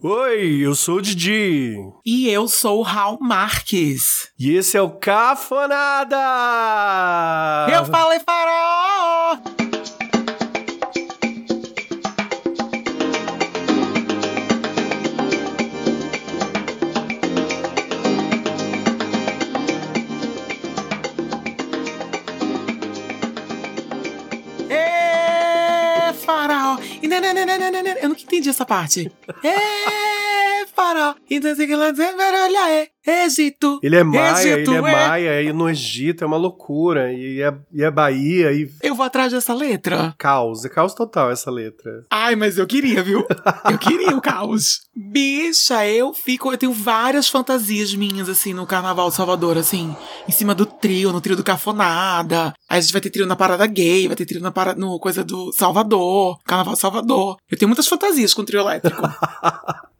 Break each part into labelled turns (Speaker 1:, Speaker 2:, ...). Speaker 1: Oi, eu sou o Didi.
Speaker 2: E eu sou o Raul Marques.
Speaker 1: E esse é o Cafonada!
Speaker 2: Eu falei farol! É farol! E né, na- na- na- na- na- na- na- Eu nunca entendi essa parte. É farol! E não sei o que lá dizer, olha, é Egito!
Speaker 1: Ele é maia,
Speaker 2: Egito,
Speaker 1: ele é,
Speaker 2: é.
Speaker 1: maia, e no Egito é uma loucura, e é, e é Bahia, e
Speaker 2: Eu vou atrás dessa letra.
Speaker 1: caos, é caos total essa letra.
Speaker 2: Ai, mas eu queria, viu? Eu queria o caos. Bicha, eu fico. Eu tenho várias fantasias minhas, assim, no Carnaval de Salvador, assim. Em cima do trio, no trio do Cafonada. Aí a gente vai ter trio na Parada Gay, vai ter trio na para... no coisa do Salvador, Carnaval de Salvador. Eu tenho muitas fantasias com o trio elétrico.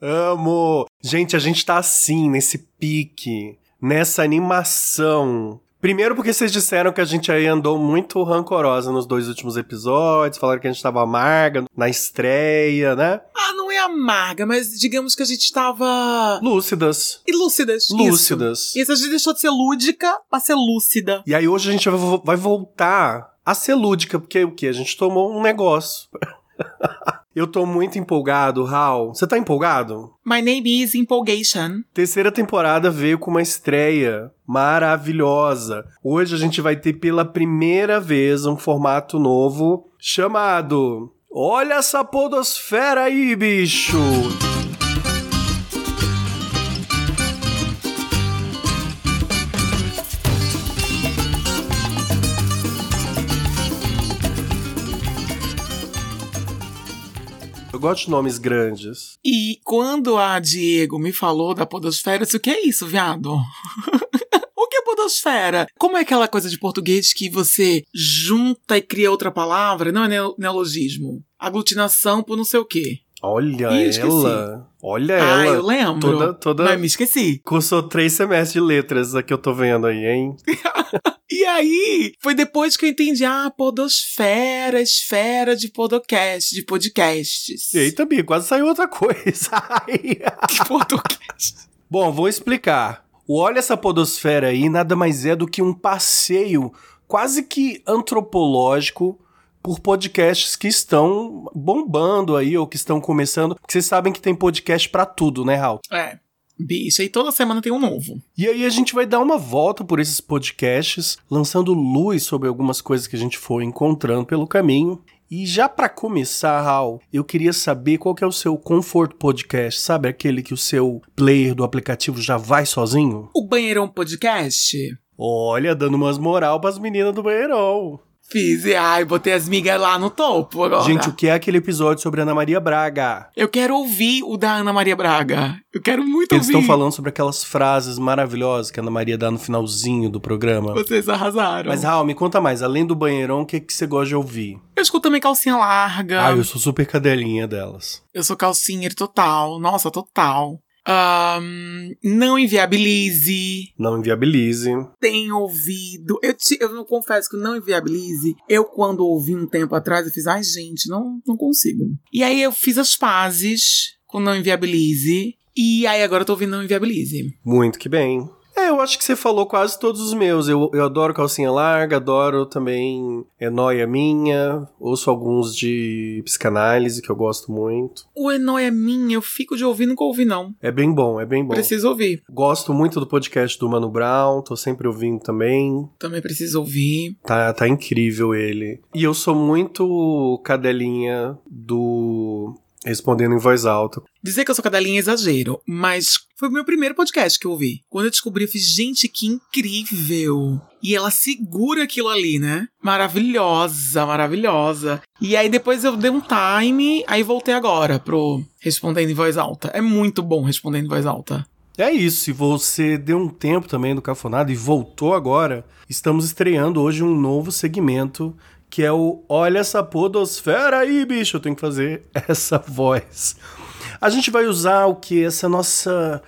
Speaker 1: Amo! Gente, a gente tá assim, nesse pique, nessa animação. Primeiro porque vocês disseram que a gente aí andou muito rancorosa nos dois últimos episódios, falaram que a gente tava amarga na estreia, né?
Speaker 2: ah, não é amarga, mas digamos que a gente estava.
Speaker 1: Lúcidas.
Speaker 2: E lúcidas. isso.
Speaker 1: Lúcidas.
Speaker 2: Isso, a gente deixou de ser lúdica pra ser lúcida.
Speaker 1: E aí hoje a gente vai vo- vai voltar a ser lúdica, porque o quê? A gente tomou um negócio. Eu tô muito empolgado, Raul. Você tá empolgado?
Speaker 2: My name is Impulgation.
Speaker 1: Terceira temporada veio com uma estreia maravilhosa. Hoje a gente vai ter pela primeira vez um formato novo chamado Olha essa podosfera aí, bicho! Eu gosto de nomes grandes.
Speaker 2: E quando a Diego me falou da podosfera, eu disse, o que é isso, viado? o que é podosfera? Como é aquela coisa de português que você junta e cria outra palavra? Não é neo- neologismo. Aglutinação por não sei o quê.
Speaker 1: Olha
Speaker 2: Ih, eu esqueci.
Speaker 1: ela! Olha
Speaker 2: ah, eu
Speaker 1: É, ela!
Speaker 2: lembro.
Speaker 1: Toda, toda...
Speaker 2: Mas me esqueci.
Speaker 1: Cursou três semestres de letras a que eu tô vendo aí, hein?
Speaker 2: E aí, foi depois que eu entendi, ah, podosfera, esfera de podcast, de podcasts.
Speaker 1: Eita, Bi, quase saiu outra coisa. Ai.
Speaker 2: Que podcast.
Speaker 1: Bom, vou explicar. O Olha Essa Podosfera aí nada mais é do que um passeio quase que antropológico por podcasts que estão bombando aí ou que estão começando. Porque vocês sabem que tem podcast pra tudo, né, Raul?
Speaker 2: É, bicha, e toda semana tem um novo.
Speaker 1: E aí a gente vai dar uma volta por esses podcasts, lançando luz sobre algumas coisas que a gente foi encontrando pelo caminho. E já pra começar, Raul, eu queria saber qual que é o seu conforto podcast, sabe aquele que o seu player do aplicativo já vai sozinho?
Speaker 2: O Banheirão Podcast
Speaker 1: Olha, dando umas moral pras meninas do banheirão.
Speaker 2: Fiz, e ai, botei as migas lá no topo agora.
Speaker 1: Gente, o que é aquele episódio sobre Ana Maria Braga?
Speaker 2: eu quero ouvir o da Ana Maria Braga. Eu quero muito
Speaker 1: Eles
Speaker 2: ouvir.
Speaker 1: estão falando sobre aquelas frases maravilhosas que a Ana Maria dá no finalzinho do programa.
Speaker 2: Vocês arrasaram.
Speaker 1: Mas, Raul, me conta mais. Além do banheirão, o que, que você gosta de ouvir?
Speaker 2: Eu escuto também calcinha larga.
Speaker 1: Ah, eu sou super cadelinha delas.
Speaker 2: Eu sou calcinha total. Nossa, total. Ahn, não inviabilize.
Speaker 1: Não inviabilize.
Speaker 2: Tenho ouvido. Eu, te, eu não confesso que o não inviabilize. Eu, quando ouvi um tempo atrás, eu fiz, ai, gente, não, não consigo. E aí eu fiz as pazes com não inviabilize. E aí agora eu tô ouvindo não inviabilize.
Speaker 1: Muito que bem. É, eu acho que você falou quase todos os meus. Eu, eu adoro calcinha larga, adoro também é noia minha, ouço alguns de psicanálise que eu gosto muito.
Speaker 2: O Enóia é minha, eu fico de ouvir, nunca ouvi, não.
Speaker 1: É bem bom, é bem bom.
Speaker 2: Preciso ouvir.
Speaker 1: Gosto muito do podcast do Mano Brown, tô sempre ouvindo também.
Speaker 2: Também preciso ouvir.
Speaker 1: Tá, tá incrível ele. E eu sou muito cadelinha do Respondendo em Voz Alta.
Speaker 2: Dizer que eu sou cadelinha é exagero, mas foi o meu primeiro podcast que eu ouvi. Quando eu descobri, eu fiz, gente, que incrível! E ela segura aquilo ali, né? Maravilhosa, maravilhosa. E aí depois eu dei um time, aí voltei agora pro Respondendo em Voz Alta. É muito bom Respondendo em Voz Alta.
Speaker 1: É isso, e você deu um tempo também do Cafonada e voltou agora. Estamos estreando hoje um novo segmento que é o Olha essa podosfera aí, bicho, eu tenho que fazer essa voz. A gente vai usar o que? Essa nossa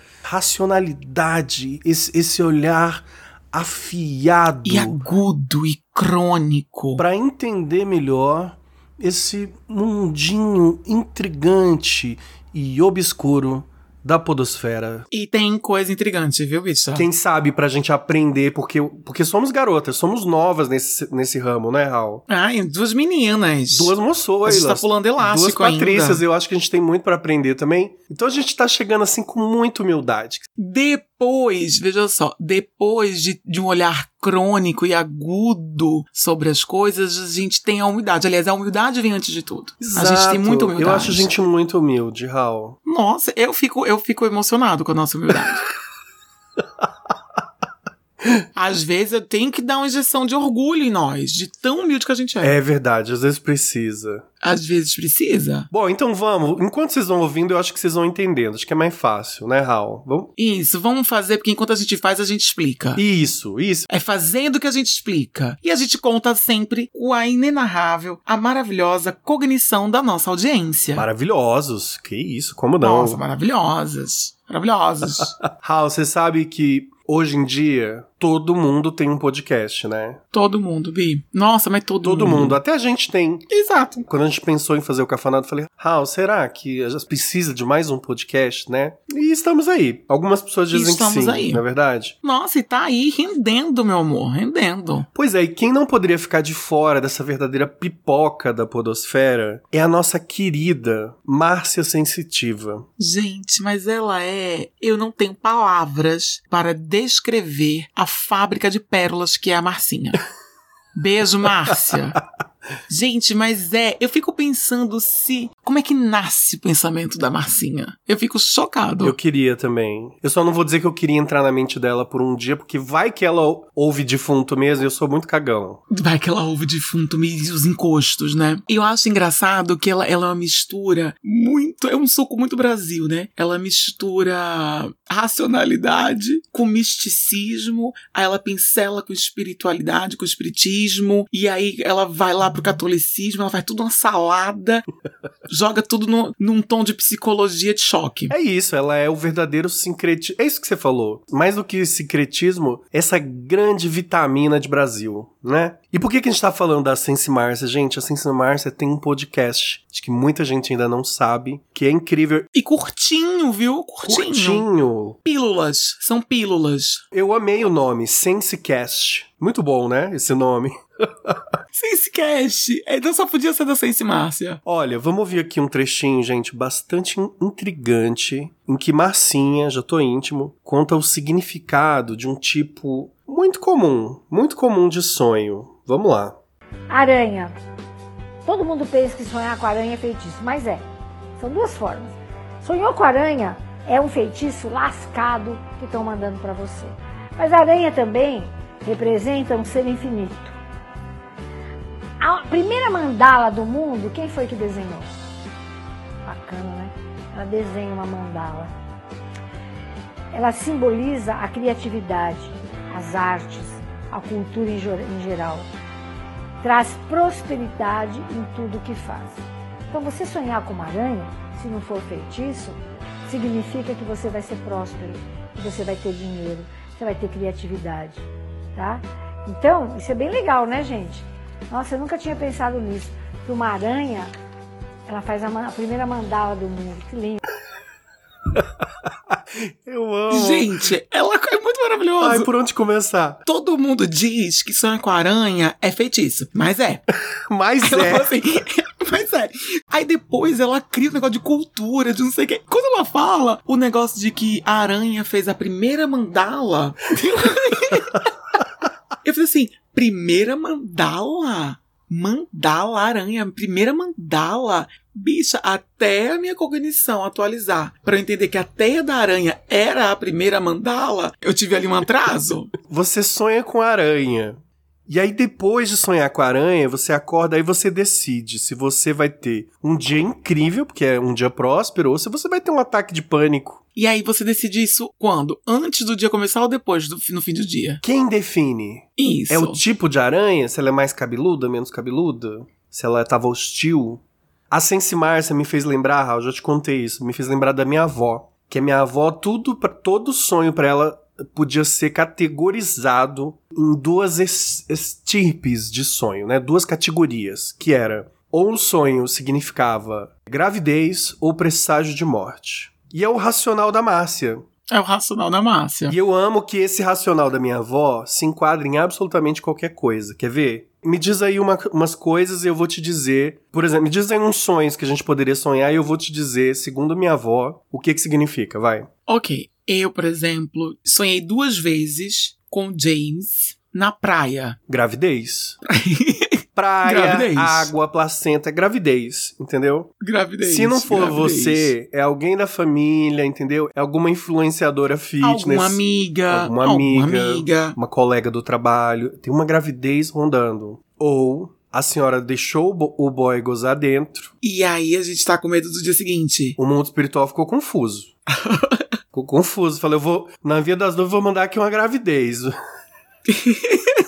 Speaker 1: racionalidade, esse, esse olhar afiado
Speaker 2: E agudo e crônico.
Speaker 1: para entender melhor esse mundinho intrigante e obscuro da podosfera.
Speaker 2: E tem coisa intrigante, viu, bicha?
Speaker 1: Quem sabe pra gente aprender, porque, porque somos garotas, somos novas nesse, nesse ramo, né, Raul?
Speaker 2: Ai, duas meninas.
Speaker 1: Duas moçoilas.
Speaker 2: A gente tá pulando
Speaker 1: Duas
Speaker 2: elástico
Speaker 1: patrícias,
Speaker 2: ainda.
Speaker 1: eu acho que a gente tem muito pra aprender também. Então a gente tá chegando assim com muita humildade.
Speaker 2: Depois, veja só, depois de, de um olhar crônico e agudo sobre as coisas, a gente tem a humildade. Aliás, a humildade vem antes de tudo. A gente tem muita humildade.
Speaker 1: Eu acho a gente muito humilde, Raul.
Speaker 2: Nossa, eu fico, eu fico emocionado com a nossa humildade. Às vezes eu tenho que dar uma injeção de orgulho em nós, de tão humilde que a gente é.
Speaker 1: É verdade, às vezes precisa.
Speaker 2: Às vezes precisa.
Speaker 1: Bom, então vamos. Enquanto vocês vão ouvindo, eu acho que vocês vão entendendo. Acho que é mais fácil, né, Raul? Vamos...
Speaker 2: Isso, vamos fazer, porque enquanto a gente faz, a gente explica.
Speaker 1: Isso, isso.
Speaker 2: É fazendo que a gente explica. E a gente conta sempre com a inenarrável, a maravilhosa cognição da nossa audiência.
Speaker 1: Maravilhosos. Que isso, como não?
Speaker 2: É. Nossa, maravilhosas. Maravilhosas.
Speaker 1: Raul, você sabe que hoje em dia todo mundo tem um podcast, né?
Speaker 2: todo mundo, Bi. Nossa, mas todo,
Speaker 1: Todo mundo, até a gente tem.
Speaker 2: Exato.
Speaker 1: Quando a gente pensou em fazer o Cafanado, eu falei, Raul, será que a gente precisa de mais um podcast, né? E estamos aí. Algumas pessoas dizem que
Speaker 2: Estamos
Speaker 1: sim,
Speaker 2: aí.
Speaker 1: não é verdade?
Speaker 2: Nossa, e tá aí rendendo, meu amor, rendendo.
Speaker 1: Pois é, e quem não poderia ficar de fora dessa verdadeira pipoca da podosfera é a nossa querida Márcia Sensitiva.
Speaker 2: Gente, mas ela é. Eu não tenho palavras para descrever a fábrica de pérolas que é a Marcinha. Beijo, Márcia. Gente, mas é, eu fico pensando se. Como é que nasce o pensamento da Marcinha? Eu fico chocado.
Speaker 1: Eu queria também. Eu só não vou dizer que eu queria entrar na mente dela por um dia, porque vai que ela ouve defunto mesmo, e eu sou muito cagão.
Speaker 2: Vai que ela ouve o defunto e os encostos, né? E eu acho engraçado que ela, ela é uma mistura muito. É um suco muito Brasil, né? Ela mistura racionalidade com misticismo, aí ela pincela com espiritualidade, com espiritismo, e aí ela vai lá pro catolicismo, ela faz tudo uma salada, joga tudo no- num tom de psicologia de choque.
Speaker 1: É isso, ela é o verdadeiro sincretismo. É isso que você falou. Mais do que sincretismo, essa grande vitamina de Brasil, né? E por que, que a gente tá falando da Sense Márcia? Gente, a Sense Márcia tem um podcast de que muita gente ainda não sabe, que é incrível.
Speaker 2: E curtinho, viu? Curtinho.
Speaker 1: Curtinho.
Speaker 2: Pílulas. São pílulas.
Speaker 1: Eu amei o nome, Sensecast. Muito bom, né? Esse nome.
Speaker 2: Sense Cash. Então só podia ser da Sense Márcia.
Speaker 1: Olha, vamos ouvir aqui um trechinho, gente, bastante in- intrigante, em que Marcinha, já tô íntimo, conta o significado de um tipo muito comum, muito comum de sonho. Vamos lá.
Speaker 3: Aranha. Todo mundo pensa que sonhar com aranha é feitiço, mas é. São duas formas. Sonhou com aranha é um feitiço lascado que estão mandando para você. Mas a aranha também representa um ser infinito. A primeira mandala do mundo, quem foi que desenhou? Bacana, né? Ela desenha uma mandala. Ela simboliza a criatividade, as artes, a cultura em gera- em geral traz prosperidade em tudo que faz. Então, você sonhar com uma aranha, se não for feitiço, significa que você vai ser próspero, que você vai ter dinheiro, você vai ter criatividade, tá? Então, isso é bem legal, né, gente? Nossa, eu nunca tinha pensado nisso. Que uma aranha, ela faz a, ma- a primeira mandala do mundo. Que lindo.
Speaker 1: Eu amo.
Speaker 2: Gente, ela é muito maravilhosa.
Speaker 1: Ai, por onde começar?
Speaker 2: Todo mundo diz que sonhar com aranha é feitiço, mas é.
Speaker 1: Mas
Speaker 2: Ela falou
Speaker 1: é.
Speaker 2: assim, mas é. Aí depois ela cria um negócio de cultura, de não sei o que. Quando ela fala o negócio de que a aranha fez a primeira mandala. eu falei assim: primeira mandala? Mandala, aranha, primeira mandala. Bicha, até a minha cognição atualizar pra eu entender que a teia da aranha era a primeira mandala, eu tive ali um atraso.
Speaker 1: Você sonha com a aranha. E aí, depois de sonhar com a aranha, você acorda e você decide se você vai ter um dia incrível, porque é um dia próspero, ou se você vai ter um ataque de pânico.
Speaker 2: E aí você decide isso quando? Antes do dia começar ou depois do, no fim do dia?
Speaker 1: Quem define?
Speaker 2: Isso.
Speaker 1: É o tipo de aranha? Se ela é mais cabeluda, menos cabeluda? Se ela tava hostil? A Sense Márcia me fez lembrar, Raul, já te contei isso, me fez lembrar da minha avó. Que a minha avó, tudo pra, todo sonho pra ela podia ser categorizado em duas es- estirpes de sonho, né? Duas categorias, que era ou um sonho significava gravidez ou presságio de morte. E é o racional da Márcia.
Speaker 2: É o racional da Márcia.
Speaker 1: E eu amo que esse racional da minha avó se enquadre em absolutamente qualquer coisa. Quer ver? Me diz aí uma- umas coisas e eu vou te dizer. Por exemplo, me diz aí uns sonhos que a gente poderia sonhar e eu vou te dizer, segundo minha avó, o que que significa. Vai.
Speaker 2: Ok, eu, por exemplo, sonhei duas vezes com o James na praia.
Speaker 1: Gravidez. Praia,
Speaker 2: Gravidez.
Speaker 1: água, placenta, é gravidez, entendeu?
Speaker 2: Gravidez.
Speaker 1: Se não for
Speaker 2: gravidez.
Speaker 1: você, é alguém da família, entendeu? É alguma influenciadora fitness.
Speaker 2: alguma amiga,
Speaker 1: alguma amiga. uma colega do trabalho, tem uma gravidez rondando. Ou a senhora deixou o bo- o boy gozar dentro,
Speaker 2: E aí a gente tá com medo do dia seguinte.
Speaker 1: o mundo espiritual ficou confuso. ficou confuso. Falei, eu vou, na via das dúvidas, eu vou mandar aqui uma gravidez.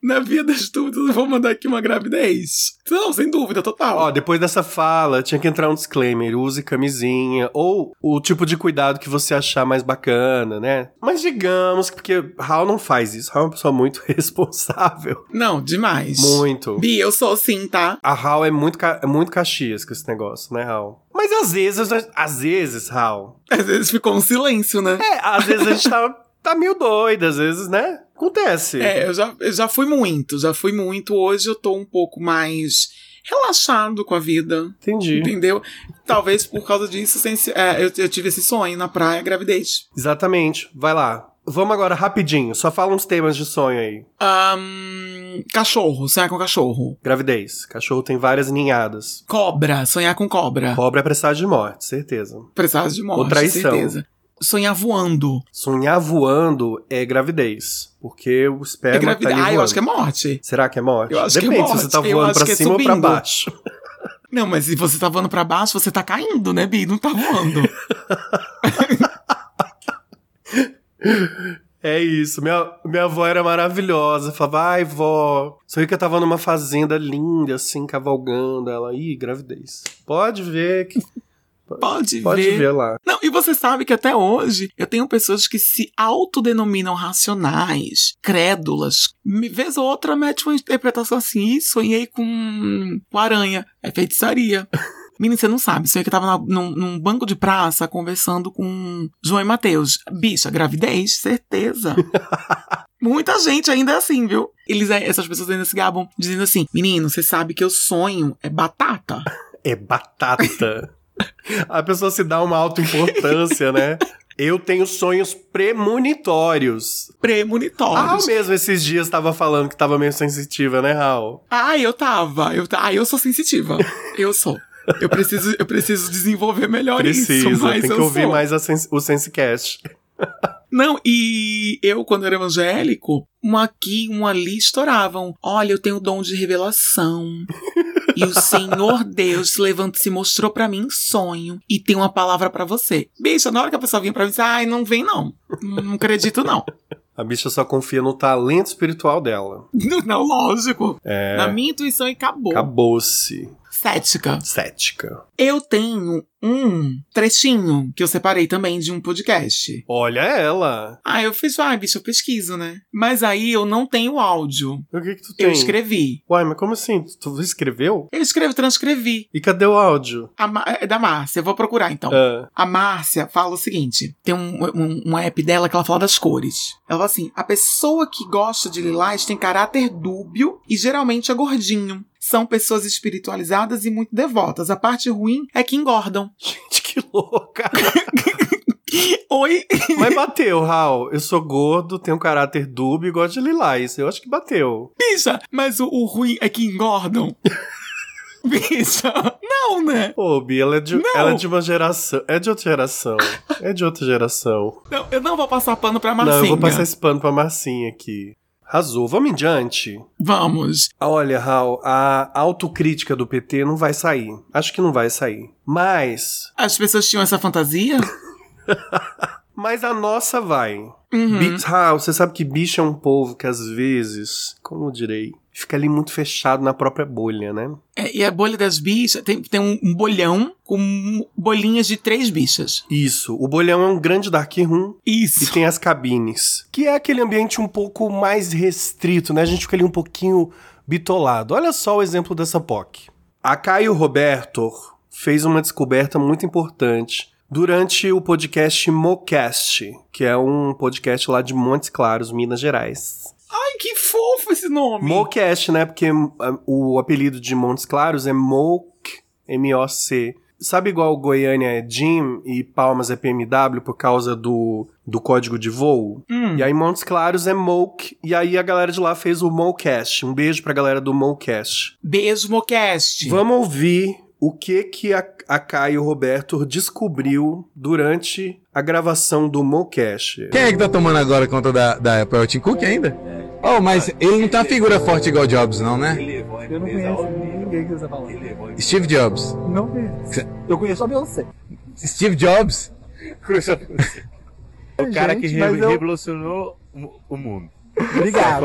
Speaker 2: Na via das dúvidas, eu vou mandar aqui uma gravidez. Não, sem dúvida, total.
Speaker 1: Ó, depois dessa fala, tinha que entrar um disclaimer: use camisinha, ou o tipo de cuidado que você achar mais bacana, né? Mas digamos que, porque Raul não faz isso, Raul é uma pessoa muito responsável.
Speaker 2: Não, demais.
Speaker 1: Muito.
Speaker 2: Bi, eu sou sim, tá?
Speaker 1: A Hal é muito, ca- é muito caxias com esse negócio, né, Hal? Mas às vezes, às vezes, Hal.
Speaker 2: Às vezes ficou um silêncio, né?
Speaker 1: É, às vezes a gente tá, tá meio doido, às vezes, né? Acontece.
Speaker 2: É, eu já, eu já fui muito, já fui muito. Hoje eu tô um pouco mais relaxado com a vida,
Speaker 1: Entendi.
Speaker 2: entendeu? Talvez por causa disso sem, é, eu, eu tive esse sonho na praia, gravidez.
Speaker 1: Exatamente. Vai lá. Vamos agora rapidinho. Só fala uns temas de sonho aí.
Speaker 2: Ahn, Hum, cachorro, sonhar com cachorro.
Speaker 1: Gravidez. Cachorro tem várias ninhadas.
Speaker 2: Cobra, sonhar com cobra.
Speaker 1: Cobra é presságio de morte, certeza.
Speaker 2: Presságio de morte,
Speaker 1: Ou traição.
Speaker 2: certeza. Sonhar voando.
Speaker 1: Sonhar voando é gravidez. Porque o
Speaker 2: É,
Speaker 1: esperma tá
Speaker 2: gravidez.
Speaker 1: ali
Speaker 2: Ah, eu
Speaker 1: voando.
Speaker 2: acho que é morte.
Speaker 1: Será que é morte?
Speaker 2: Eu acho que é
Speaker 1: Depende se você
Speaker 2: morte.
Speaker 1: tá
Speaker 2: Eu
Speaker 1: voando
Speaker 2: acho
Speaker 1: pra
Speaker 2: que é
Speaker 1: cima ou pra
Speaker 2: subindo.
Speaker 1: baixo.
Speaker 2: Não, mas se você tá voando pra baixo, você tá caindo, né, Bi? Não tá voando.
Speaker 1: É isso, minha, minha avó era maravilhosa. Falava, ai, vó. Sonhei que eu tava numa fazenda linda, assim, cavalgando. Ela, ih, gravidez. Pode ver, que-
Speaker 2: Pode,
Speaker 1: pode
Speaker 2: ver.
Speaker 1: ver lá.
Speaker 2: Não, e você sabe que até hoje eu tenho pessoas que se autodenominam racionais, crédulas. Me vez ou outra mete uma interpretação assim, "Ih, sonhei com, com aranha. É feitiçaria. Menina, você não sabe. Sonhei que eu tava na- num, num banco de praça conversando com João e Matheus. Bicha, gravidez, certeza. Muita gente ainda é assim, viu? Eles, essas pessoas ainda se gabam, dizendo assim: Menino, você sabe que eu sonho é batata.
Speaker 1: É batata. A pessoa se dá uma autoimportância, né? Eu tenho sonhos premonitórios. Ah,
Speaker 2: Premonitórios.
Speaker 1: mesmo esses dias tava falando que tava meio sensitiva, né, Raul?
Speaker 2: Ah, eu tava. Eu, ta- ah, eu sou sensitiva. Eu sou. Eu preciso, eu preciso desenvolver melhor isso.
Speaker 1: Precisa,
Speaker 2: mas
Speaker 1: tem que
Speaker 2: eu
Speaker 1: ouvir
Speaker 2: sou.
Speaker 1: mais a sens- o Sensecast.
Speaker 2: Não, e eu, quando era evangélico, uma aqui, uma ali estouravam. Olha, eu tenho o dom de revelação. E o Senhor Deus se levanta, se mostrou pra mim em sonho. E tem uma palavra pra você. Bicha, na hora que a pessoa vinha pra mim, disse, ai, não vem não. Não acredito não.
Speaker 1: A bicha só confia no talento espiritual dela.
Speaker 2: Não, lógico.
Speaker 1: É.
Speaker 2: Na minha intuição e acabou.
Speaker 1: Acabou-se.
Speaker 2: Cética.
Speaker 1: Cética.
Speaker 2: Eu tenho um trechinho que eu separei também de um podcast.
Speaker 1: Olha ela.
Speaker 2: Ah, eu fiz, ah, bicho, eu pesquiso, né? Mas aí eu não tenho áudio.
Speaker 1: O que que tu tem?
Speaker 2: Eu escrevi.
Speaker 1: Uai, mas como assim? Tu- Tu escreveu?
Speaker 2: Eu escrevo, transcrevi.
Speaker 1: E cadê o áudio?
Speaker 2: A Ma- é da Márcia, eu vou procurar então.
Speaker 1: Ah,
Speaker 2: A Márcia fala o seguinte: tem um, um, um app dela que ela fala das cores. Ela fala assim: a pessoa que gosta de lilás tem caráter dúbio e geralmente é gordinho. São pessoas espiritualizadas e muito devotas. A parte ruim é que engordam.
Speaker 1: gente, que louca.
Speaker 2: Oi!
Speaker 1: mas bateu, Raul. Eu sou gordo, tenho um caráter dúbio e gosto de lilás. Eu acho que bateu.
Speaker 2: Bicha, mas o, o ruim é que engordam. Bicha, não, né?
Speaker 1: Ô, Bi, ela é, de,
Speaker 2: Não.
Speaker 1: ela é de uma geração. É de outra geração. É de outra geração.
Speaker 2: Não, eu não vou passar pano pra Marcinha.
Speaker 1: Não, eu vou passar esse pano pra Marcinha aqui. Arrasou. Vamos em diante.
Speaker 2: Vamos.
Speaker 1: Olha, Raul, a autocrítica do PT não vai sair. Acho que não vai sair. Mas.
Speaker 2: As pessoas tinham essa fantasia?
Speaker 1: Mas a nossa vai.
Speaker 2: Uhum.
Speaker 1: Bi- Ah, você sabe que bicho é um povo que às vezes, como eu direi, fica ali muito fechado na própria bolha, né?
Speaker 2: É, e a bolha das bichas tem, tem um, um bolhão com bolinhas de três bichas.
Speaker 1: Isso. O bolhão é um grande dark room e
Speaker 2: Isso.
Speaker 1: tem as cabines, que é aquele ambiente um pouco mais restrito, né? A gente fica ali um pouquinho bitolado. Olha só o exemplo dessa POC. A Caio Roberto fez uma descoberta muito importante durante o podcast Mocast, que é um podcast lá de Montes Claros, Minas Gerais.
Speaker 2: Ai, que fofo esse nome!
Speaker 1: Mocast, né? Porque ah, o apelido de Montes Claros é Moc, M-O-C. Sabe igual Goiânia é Jim e Palmas é PMW por causa do, do código de voo?
Speaker 2: Hum.
Speaker 1: E aí Montes Claros é Moc, e aí a galera de lá fez o Mocast. Um beijo pra galera do Mocast.
Speaker 2: Beijo, Mocast!
Speaker 1: Vamos ouvir o que que a, a Caio Roberto descobriu durante a gravação do Mocast.
Speaker 4: Quem é que tá tomando agora conta da, da Apple? É o Tim Cook ainda?
Speaker 5: É.
Speaker 4: Oh, mas ele não tá figura forte igual Jobs, não, né?
Speaker 5: Eu não conheço ninguém que você tá falando.
Speaker 4: Steve Jobs.
Speaker 5: Não conheço. Eu conheço a Beyoncé.
Speaker 4: Steve Jobs?
Speaker 6: O cara que
Speaker 5: Gente,
Speaker 6: re-
Speaker 5: mas eu-
Speaker 6: revolucionou o- o mundo.
Speaker 5: Obrigado.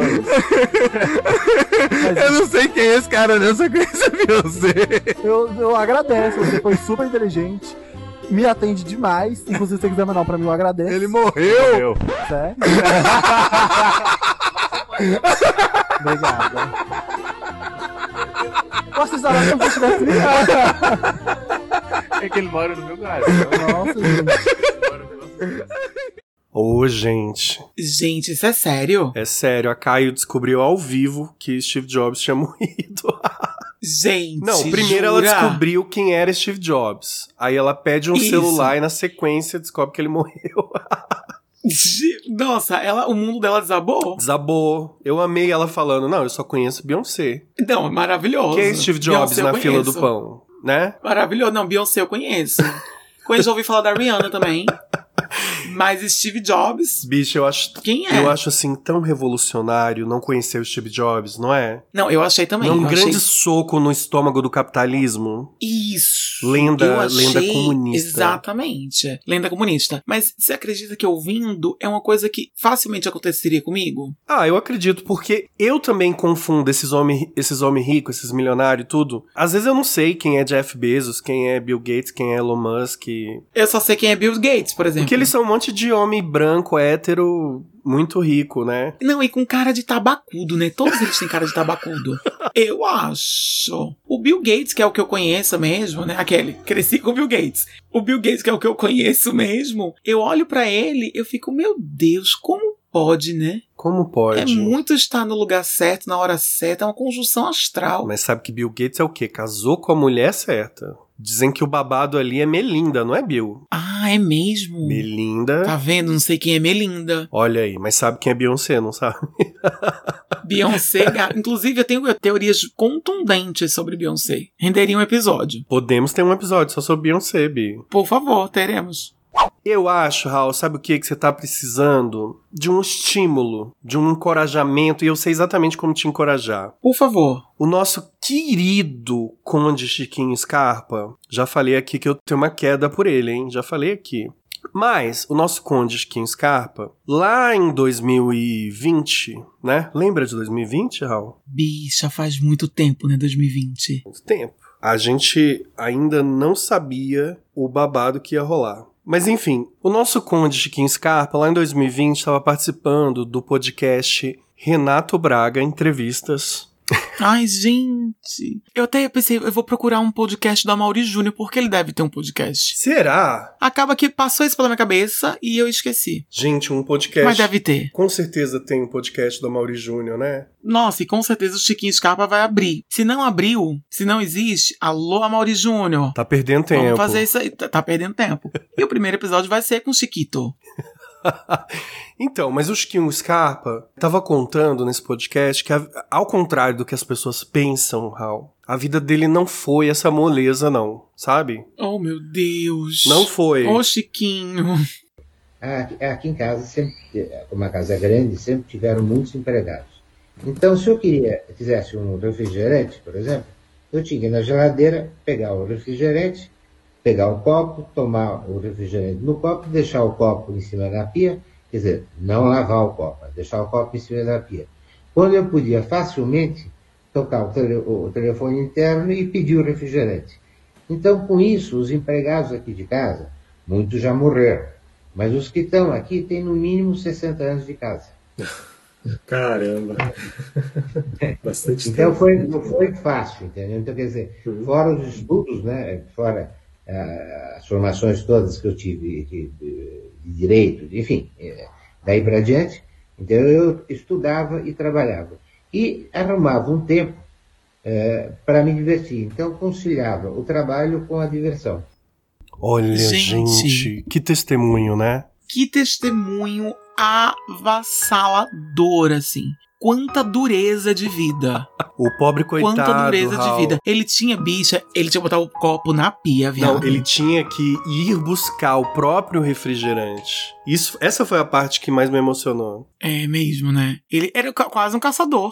Speaker 4: Eu não sei quem é esse cara, né? eu só conheço a Beyoncé.
Speaker 5: Eu, eu agradeço, você foi super inteligente. Me atende demais. Inclusive, se você quiser mandar um pra mim, eu agradeço. Né?
Speaker 4: Ele morreu.
Speaker 6: Eu.
Speaker 5: Sério? Obrigada. Nossa, isso era como se eu tivesse ligado.
Speaker 6: É que ele mora no meu gás.
Speaker 5: Nossa, gente.
Speaker 1: Ô, gente.
Speaker 2: Gente, isso é sério?
Speaker 1: É sério, a Caio descobriu ao vivo que Steve Jobs tinha morrido.
Speaker 2: Gente,
Speaker 1: Não, primeiro
Speaker 2: jura?
Speaker 1: ela descobriu quem era Steve Jobs. Aí ela pede um
Speaker 2: Isso.
Speaker 1: celular e na sequência descobre que ele morreu.
Speaker 2: Ge- Nossa, ela, o mundo dela desabou?
Speaker 1: Desabou. Eu amei ela falando, não, eu só conheço Beyoncé.
Speaker 2: Não, é maravilhoso.
Speaker 1: Quem é Steve Jobs
Speaker 2: Beyoncé eu
Speaker 1: na fila do
Speaker 2: conheço.
Speaker 1: pão? Né?
Speaker 2: Maravilhoso. Não, Beyoncé eu conheço. conheço, já ouvi falar da Rihanna também. Mas Steve Jobs,
Speaker 1: Bicho, eu acho...
Speaker 2: quem é?
Speaker 1: Eu acho, assim, tão revolucionário não conhecer o Steve Jobs, não é?
Speaker 2: Não, eu achei também.
Speaker 1: É um
Speaker 2: eu
Speaker 1: grande
Speaker 2: achei-
Speaker 1: soco no estômago do capitalismo.
Speaker 2: Isso.
Speaker 1: Lenda-
Speaker 2: Eu achei-
Speaker 1: lenda comunista.
Speaker 2: Exatamente. Lenda comunista. Mas você acredita que ouvindo é uma coisa que facilmente aconteceria comigo?
Speaker 1: Ah, eu acredito, porque eu também confundo esses homens esses homem ricos, esses milionários e tudo. Às vezes eu não sei quem é Jeff Bezos, quem é Bill Gates, quem é Elon Musk.
Speaker 2: Eu só sei quem é Bill Gates, por exemplo.
Speaker 1: Porque eles são um monte de homem branco, hétero, muito rico, né?
Speaker 2: Não, e com cara de tabacudo, né? Todos eles têm cara de tabacudo. Eu acho. O Bill Gates, que é o que eu conheço mesmo, né? Aquele, cresci com o Bill Gates. O Bill Gates, que é o que eu conheço mesmo, eu olho pra ele, eu fico, meu Deus, como pode, né?
Speaker 1: Como
Speaker 2: É
Speaker 1: pode?
Speaker 2: muito estar no lugar certo, na hora certa, é uma conjunção astral.
Speaker 1: Mas sabe que Bill Gates é o quê? Casou com a mulher certa. Dizem que o babado ali é Melinda, não é Bill?
Speaker 2: Ah, é mesmo?
Speaker 1: Melinda.
Speaker 2: Tá vendo? Não sei quem é Melinda.
Speaker 1: Olha aí, mas sabe quem é Beyoncé, não sabe?
Speaker 2: Beyoncé, gar- inclusive eu tenho teorias contundentes sobre Beyoncé. Renderia um episódio.
Speaker 1: Podemos ter um episódio só sobre Beyoncé, Bi.
Speaker 2: Por favor, teremos.
Speaker 1: Eu acho, Raul, sabe o que que você tá precisando? De um estímulo, de um encorajamento, e eu sei exatamente como te encorajar.
Speaker 2: Por favor.
Speaker 1: O nosso querido Conde Chiquinho Scarpa, já falei aqui que eu tenho uma queda por ele, hein? Já falei aqui. Mas o nosso Conde Chiquinho Scarpa, lá em 2020, né? Lembra de 2020, Raul?
Speaker 2: Bicha, faz muito tempo, né? 2020.
Speaker 1: Muito tempo. A gente ainda não sabia o babado que ia rolar. Mas enfim, o nosso conde Chiquinho Scarpa, lá em 2020, estava participando do podcast Renato Braga Entrevistas.
Speaker 2: Ai, gente. Eu até pensei, eu vou procurar um podcast do Amaury Júnior, porque ele deve ter um podcast.
Speaker 1: Será?
Speaker 2: Acaba que passou isso pela minha cabeça e eu esqueci.
Speaker 1: Gente, um podcast.
Speaker 2: Mas deve ter.
Speaker 1: Com certeza tem um podcast do Mauri Júnior, né?
Speaker 2: Nossa, e com certeza o Chiquinho Scarpa vai abrir. Se não abriu, se não existe, alô, Amaury Júnior.
Speaker 1: Tá perdendo tempo.
Speaker 2: Vamos fazer isso aí. Tá, tá perdendo tempo. E o primeiro episódio vai ser com o Chiquito.
Speaker 1: Então, mas o Chiquinho Scarpa tava contando nesse podcast que, a- ao contrário do que as pessoas pensam, Raul, a vida dele não foi essa moleza, não, sabe?
Speaker 2: Oh, meu Deus.
Speaker 1: Não foi.
Speaker 2: Ô, Chiquinho.
Speaker 7: Ah, Aqui, aqui em casa, sempre, eh, como a casa é grande, sempre tiveram muitos empregados. Então, se eu queria, quisesse um refrigerante, por exemplo, eu tinha que ir na geladeira, pegar o refrigerante, pegar o copo, tomar o refrigerante no copo, deixar o copo em cima da pia, quer dizer, não lavar o copo, mas deixar o copo em cima da pia. Quando eu podia facilmente tocar o, tele- o telefone interno e pedir o refrigerante. Então, com isso, os empregados aqui de casa, muitos já morreram. Mas os que estão aqui têm no mínimo 60 anos de casa.
Speaker 8: Caramba. Bastante
Speaker 7: Então
Speaker 8: tempo.
Speaker 7: foi, não foi fácil, entendeu? Então, quer dizer,
Speaker 8: Uhum.
Speaker 7: fora os estudos, né? fora ah, as formações todas que eu tive de, de- de direito, enfim, eh, daí para diante, então eu estudava e trabalhava. E arrumava um tempo para me divertir. Então, conciliava o trabalho com a diversão.
Speaker 1: Olha,
Speaker 2: Gente.
Speaker 1: gente, que testemunho, né?
Speaker 2: Que testemunho avassalador, assim. Quanta dureza de vida.
Speaker 1: O pobre coitado.
Speaker 2: Quanta dureza
Speaker 1: Raul.
Speaker 2: de vida. Ele tinha, bicha, ele tinha que botar o copo na pia, viado.
Speaker 1: Não, ele tinha que ir buscar o próprio refrigerante. Isso, essa foi a parte que mais me emocionou.
Speaker 2: É mesmo, né? Ele era ca- quase um caçador.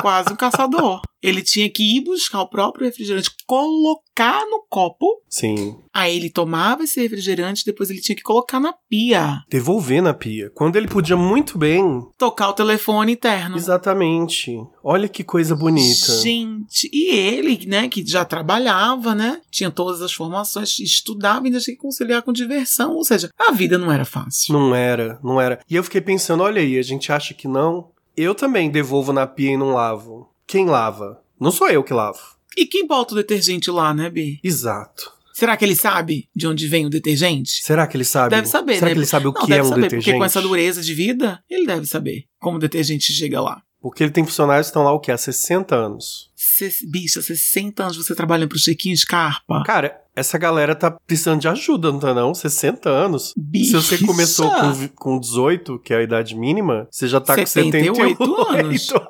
Speaker 2: quase um caçador. Ele tinha que ir buscar o próprio refrigerante, colocar no copo.
Speaker 1: Sim,
Speaker 2: Aí ele tomava esse refrigerante, depois ele tinha que colocar na pia.
Speaker 1: devolver na pia. Quando ele podia muito bem.
Speaker 2: Tocar o telefone interno.
Speaker 1: Exatamente. Olha que coisa bonita.
Speaker 2: Gente, e ele, né, que já trabalhava, né? Tinha todas as formações, estudava e ainda tinha que conciliar com diversão. Ou seja, a vida não era fácil.
Speaker 1: Não era, não era. E eu fiquei pensando, olha aí, a gente acha que não. Eu também devolvo na pia e não lavo. Quem lava? Não sou eu que lavo.
Speaker 2: E quem bota o detergente lá, né, Bi?
Speaker 1: Exato.
Speaker 2: Será que ele sabe de onde vem o detergente?
Speaker 1: Será que ele sabe?
Speaker 2: Deve saber,
Speaker 1: Será
Speaker 2: né?
Speaker 1: que ele sabe o
Speaker 2: Não,
Speaker 1: que é
Speaker 2: deve
Speaker 1: um
Speaker 2: saber,
Speaker 1: detergente?
Speaker 2: porque com essa dureza de vida, ele deve saber como o detergente chega lá.
Speaker 1: Porque ele tem funcionários que estão lá o quê? Há 60 anos.
Speaker 2: Cê- bicha, 60 anos você trabalha pro Chequinho Scarpa.
Speaker 1: Cara, essa galera tá precisando de ajuda, não tá não? 60 anos. Se
Speaker 2: Bicha,
Speaker 1: você começou com, vi- com 18, que é a idade mínima, você já tá
Speaker 2: 78
Speaker 1: com 78
Speaker 2: anos.
Speaker 1: Então,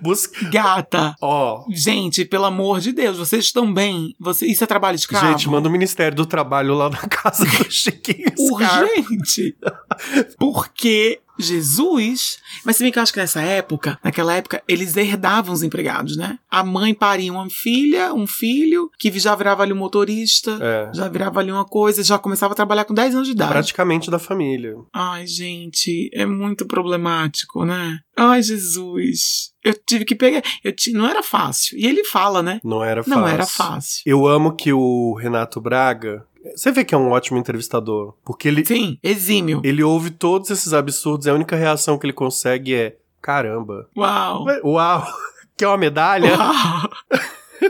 Speaker 1: Busca...
Speaker 2: Gata,
Speaker 1: Ó,
Speaker 2: gente, pelo amor de Deus, vocês também. Você, isso é trabalho escravo.
Speaker 1: gente, manda o Ministério do Trabalho lá na casa do Chiquinho. Scarpa.
Speaker 2: urgente. Porque Jesus. Mas se bem que eu acho que nessa época, naquela época, eles herdavam os empregados, né? A mãe paria uma filha, um filho, que já virava ali um motorista,
Speaker 1: É.
Speaker 2: já virava ali uma coisa, já começava a trabalhar com 10 anos de idade.
Speaker 1: Praticamente da família.
Speaker 2: Ai, gente, é muito problemático, né? Ai, Jesus. Eu tive que pegar. Eu ti- Não era fácil. E ele fala, né?
Speaker 1: Não era fácil.
Speaker 2: Não era fácil.
Speaker 1: Eu amo que o Renato Braga. Você vê que é um ótimo entrevistador. Porque ele,
Speaker 2: Sim, exímio.
Speaker 1: ele ouve todos esses absurdos e a única reação que ele consegue é: caramba.
Speaker 2: Uau.
Speaker 1: Uau! Quer uma medalha?
Speaker 2: Uau.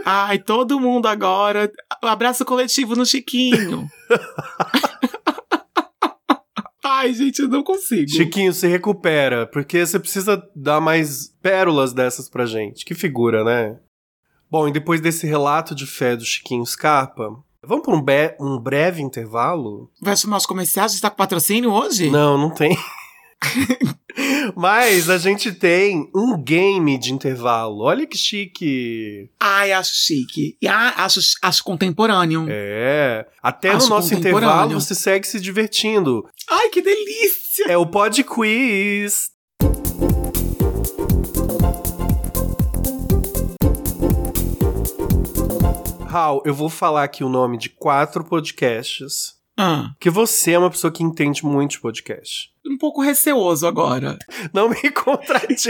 Speaker 2: Ai, todo mundo agora. Abraço coletivo no Chiquinho. Ai, gente, eu não consigo.
Speaker 1: Chiquinho, se recupera, porque você precisa dar mais pérolas dessas pra gente. Que figura, né? Bom, e depois desse relato de fé do Chiquinho Scarpa, vamos pra um, be- um breve intervalo?
Speaker 2: Vai chamar os comerciais? A gente tá com patrocínio hoje?
Speaker 1: Não, não tem. Mas a gente tem um game de intervalo. Olha que chique.
Speaker 2: Ai, acho chique. E ah, acho, acho contemporâneo.
Speaker 1: É. Até no
Speaker 2: Acho
Speaker 1: nosso
Speaker 2: contemporâneo.
Speaker 1: intervalo você segue se divertindo.
Speaker 2: Ai, que delícia!
Speaker 1: É o Pod Quiz. Raul, eu vou falar aqui o nome de quatro podcasts.
Speaker 2: Ah,
Speaker 1: Que você é uma pessoa que entende muito de podcast.
Speaker 2: um pouco receoso agora.
Speaker 1: Não me contradiz.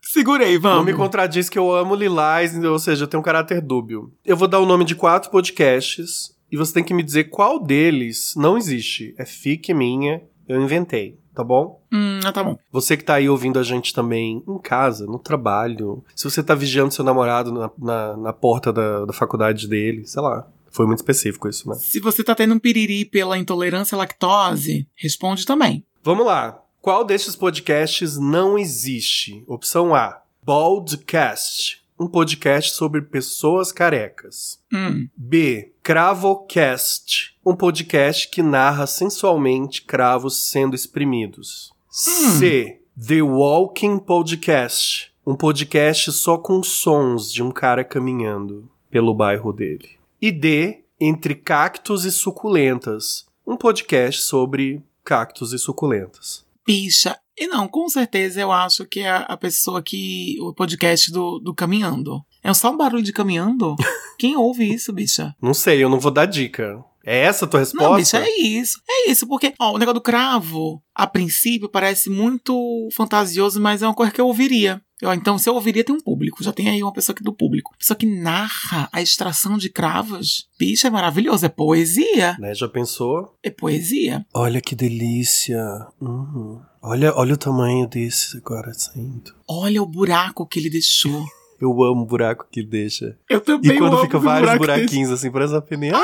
Speaker 2: Segurei,
Speaker 1: Não
Speaker 2: vamos.
Speaker 1: me contradiz que eu amo Lilás, ou seja, eu tenho um caráter dúbio. Eu vou dar o nome de quatro podcasts e você tem que me dizer qual deles não existe. É fique minha, eu inventei, tá bom?
Speaker 2: Hum, ah, tá bom.
Speaker 1: Você que tá aí ouvindo a gente também em casa, no trabalho, se você tá vigiando seu namorado na, na, na porta da, da faculdade dele, sei lá. Foi muito específico isso, né?
Speaker 2: Se você tá tendo um piriri pela intolerância à lactose, responde também.
Speaker 1: Vamos lá. Qual destes podcasts não existe? Opção A: Baldcast, um podcast sobre pessoas carecas.
Speaker 2: Hum.
Speaker 1: B. Cravocast, um podcast que narra sensualmente cravos sendo exprimidos. C. The Walking Podcast, um podcast só com sons de um cara caminhando pelo bairro dele. E D. Entre Cactos e Suculentas, um podcast sobre cactos e suculentas.
Speaker 2: Bicha. E não, com certeza eu acho que é a pessoa que. O podcast do, do caminhando. É só um barulho de caminhando? Quem ouve isso, bicha?
Speaker 1: Não sei, eu não vou dar dica. É essa a tua resposta?
Speaker 2: Não, bicha, é isso. É isso, porque ó, o negócio do cravo, a princípio, parece muito fantasioso, mas é uma coisa que eu ouviria. Eu, então, se eu ouviria, tem um público. Já tem aí uma pessoa aqui do público. Pessoa que narra a extração de cravas. Bicho, é maravilhoso. É poesia.
Speaker 1: Né? Já pensou?
Speaker 2: É poesia.
Speaker 1: Olha que delícia. Uhum. Olha, olha o tamanho desse agora saindo.
Speaker 2: Olha o buraco que ele deixou.
Speaker 1: Eu amo o buraco que deixa.
Speaker 2: Eu também
Speaker 1: E quando
Speaker 2: amo
Speaker 1: fica
Speaker 2: o
Speaker 1: vários
Speaker 2: buraco Ah! desse.
Speaker 1: buraquinhos assim, parece uma peninha.
Speaker 2: Eu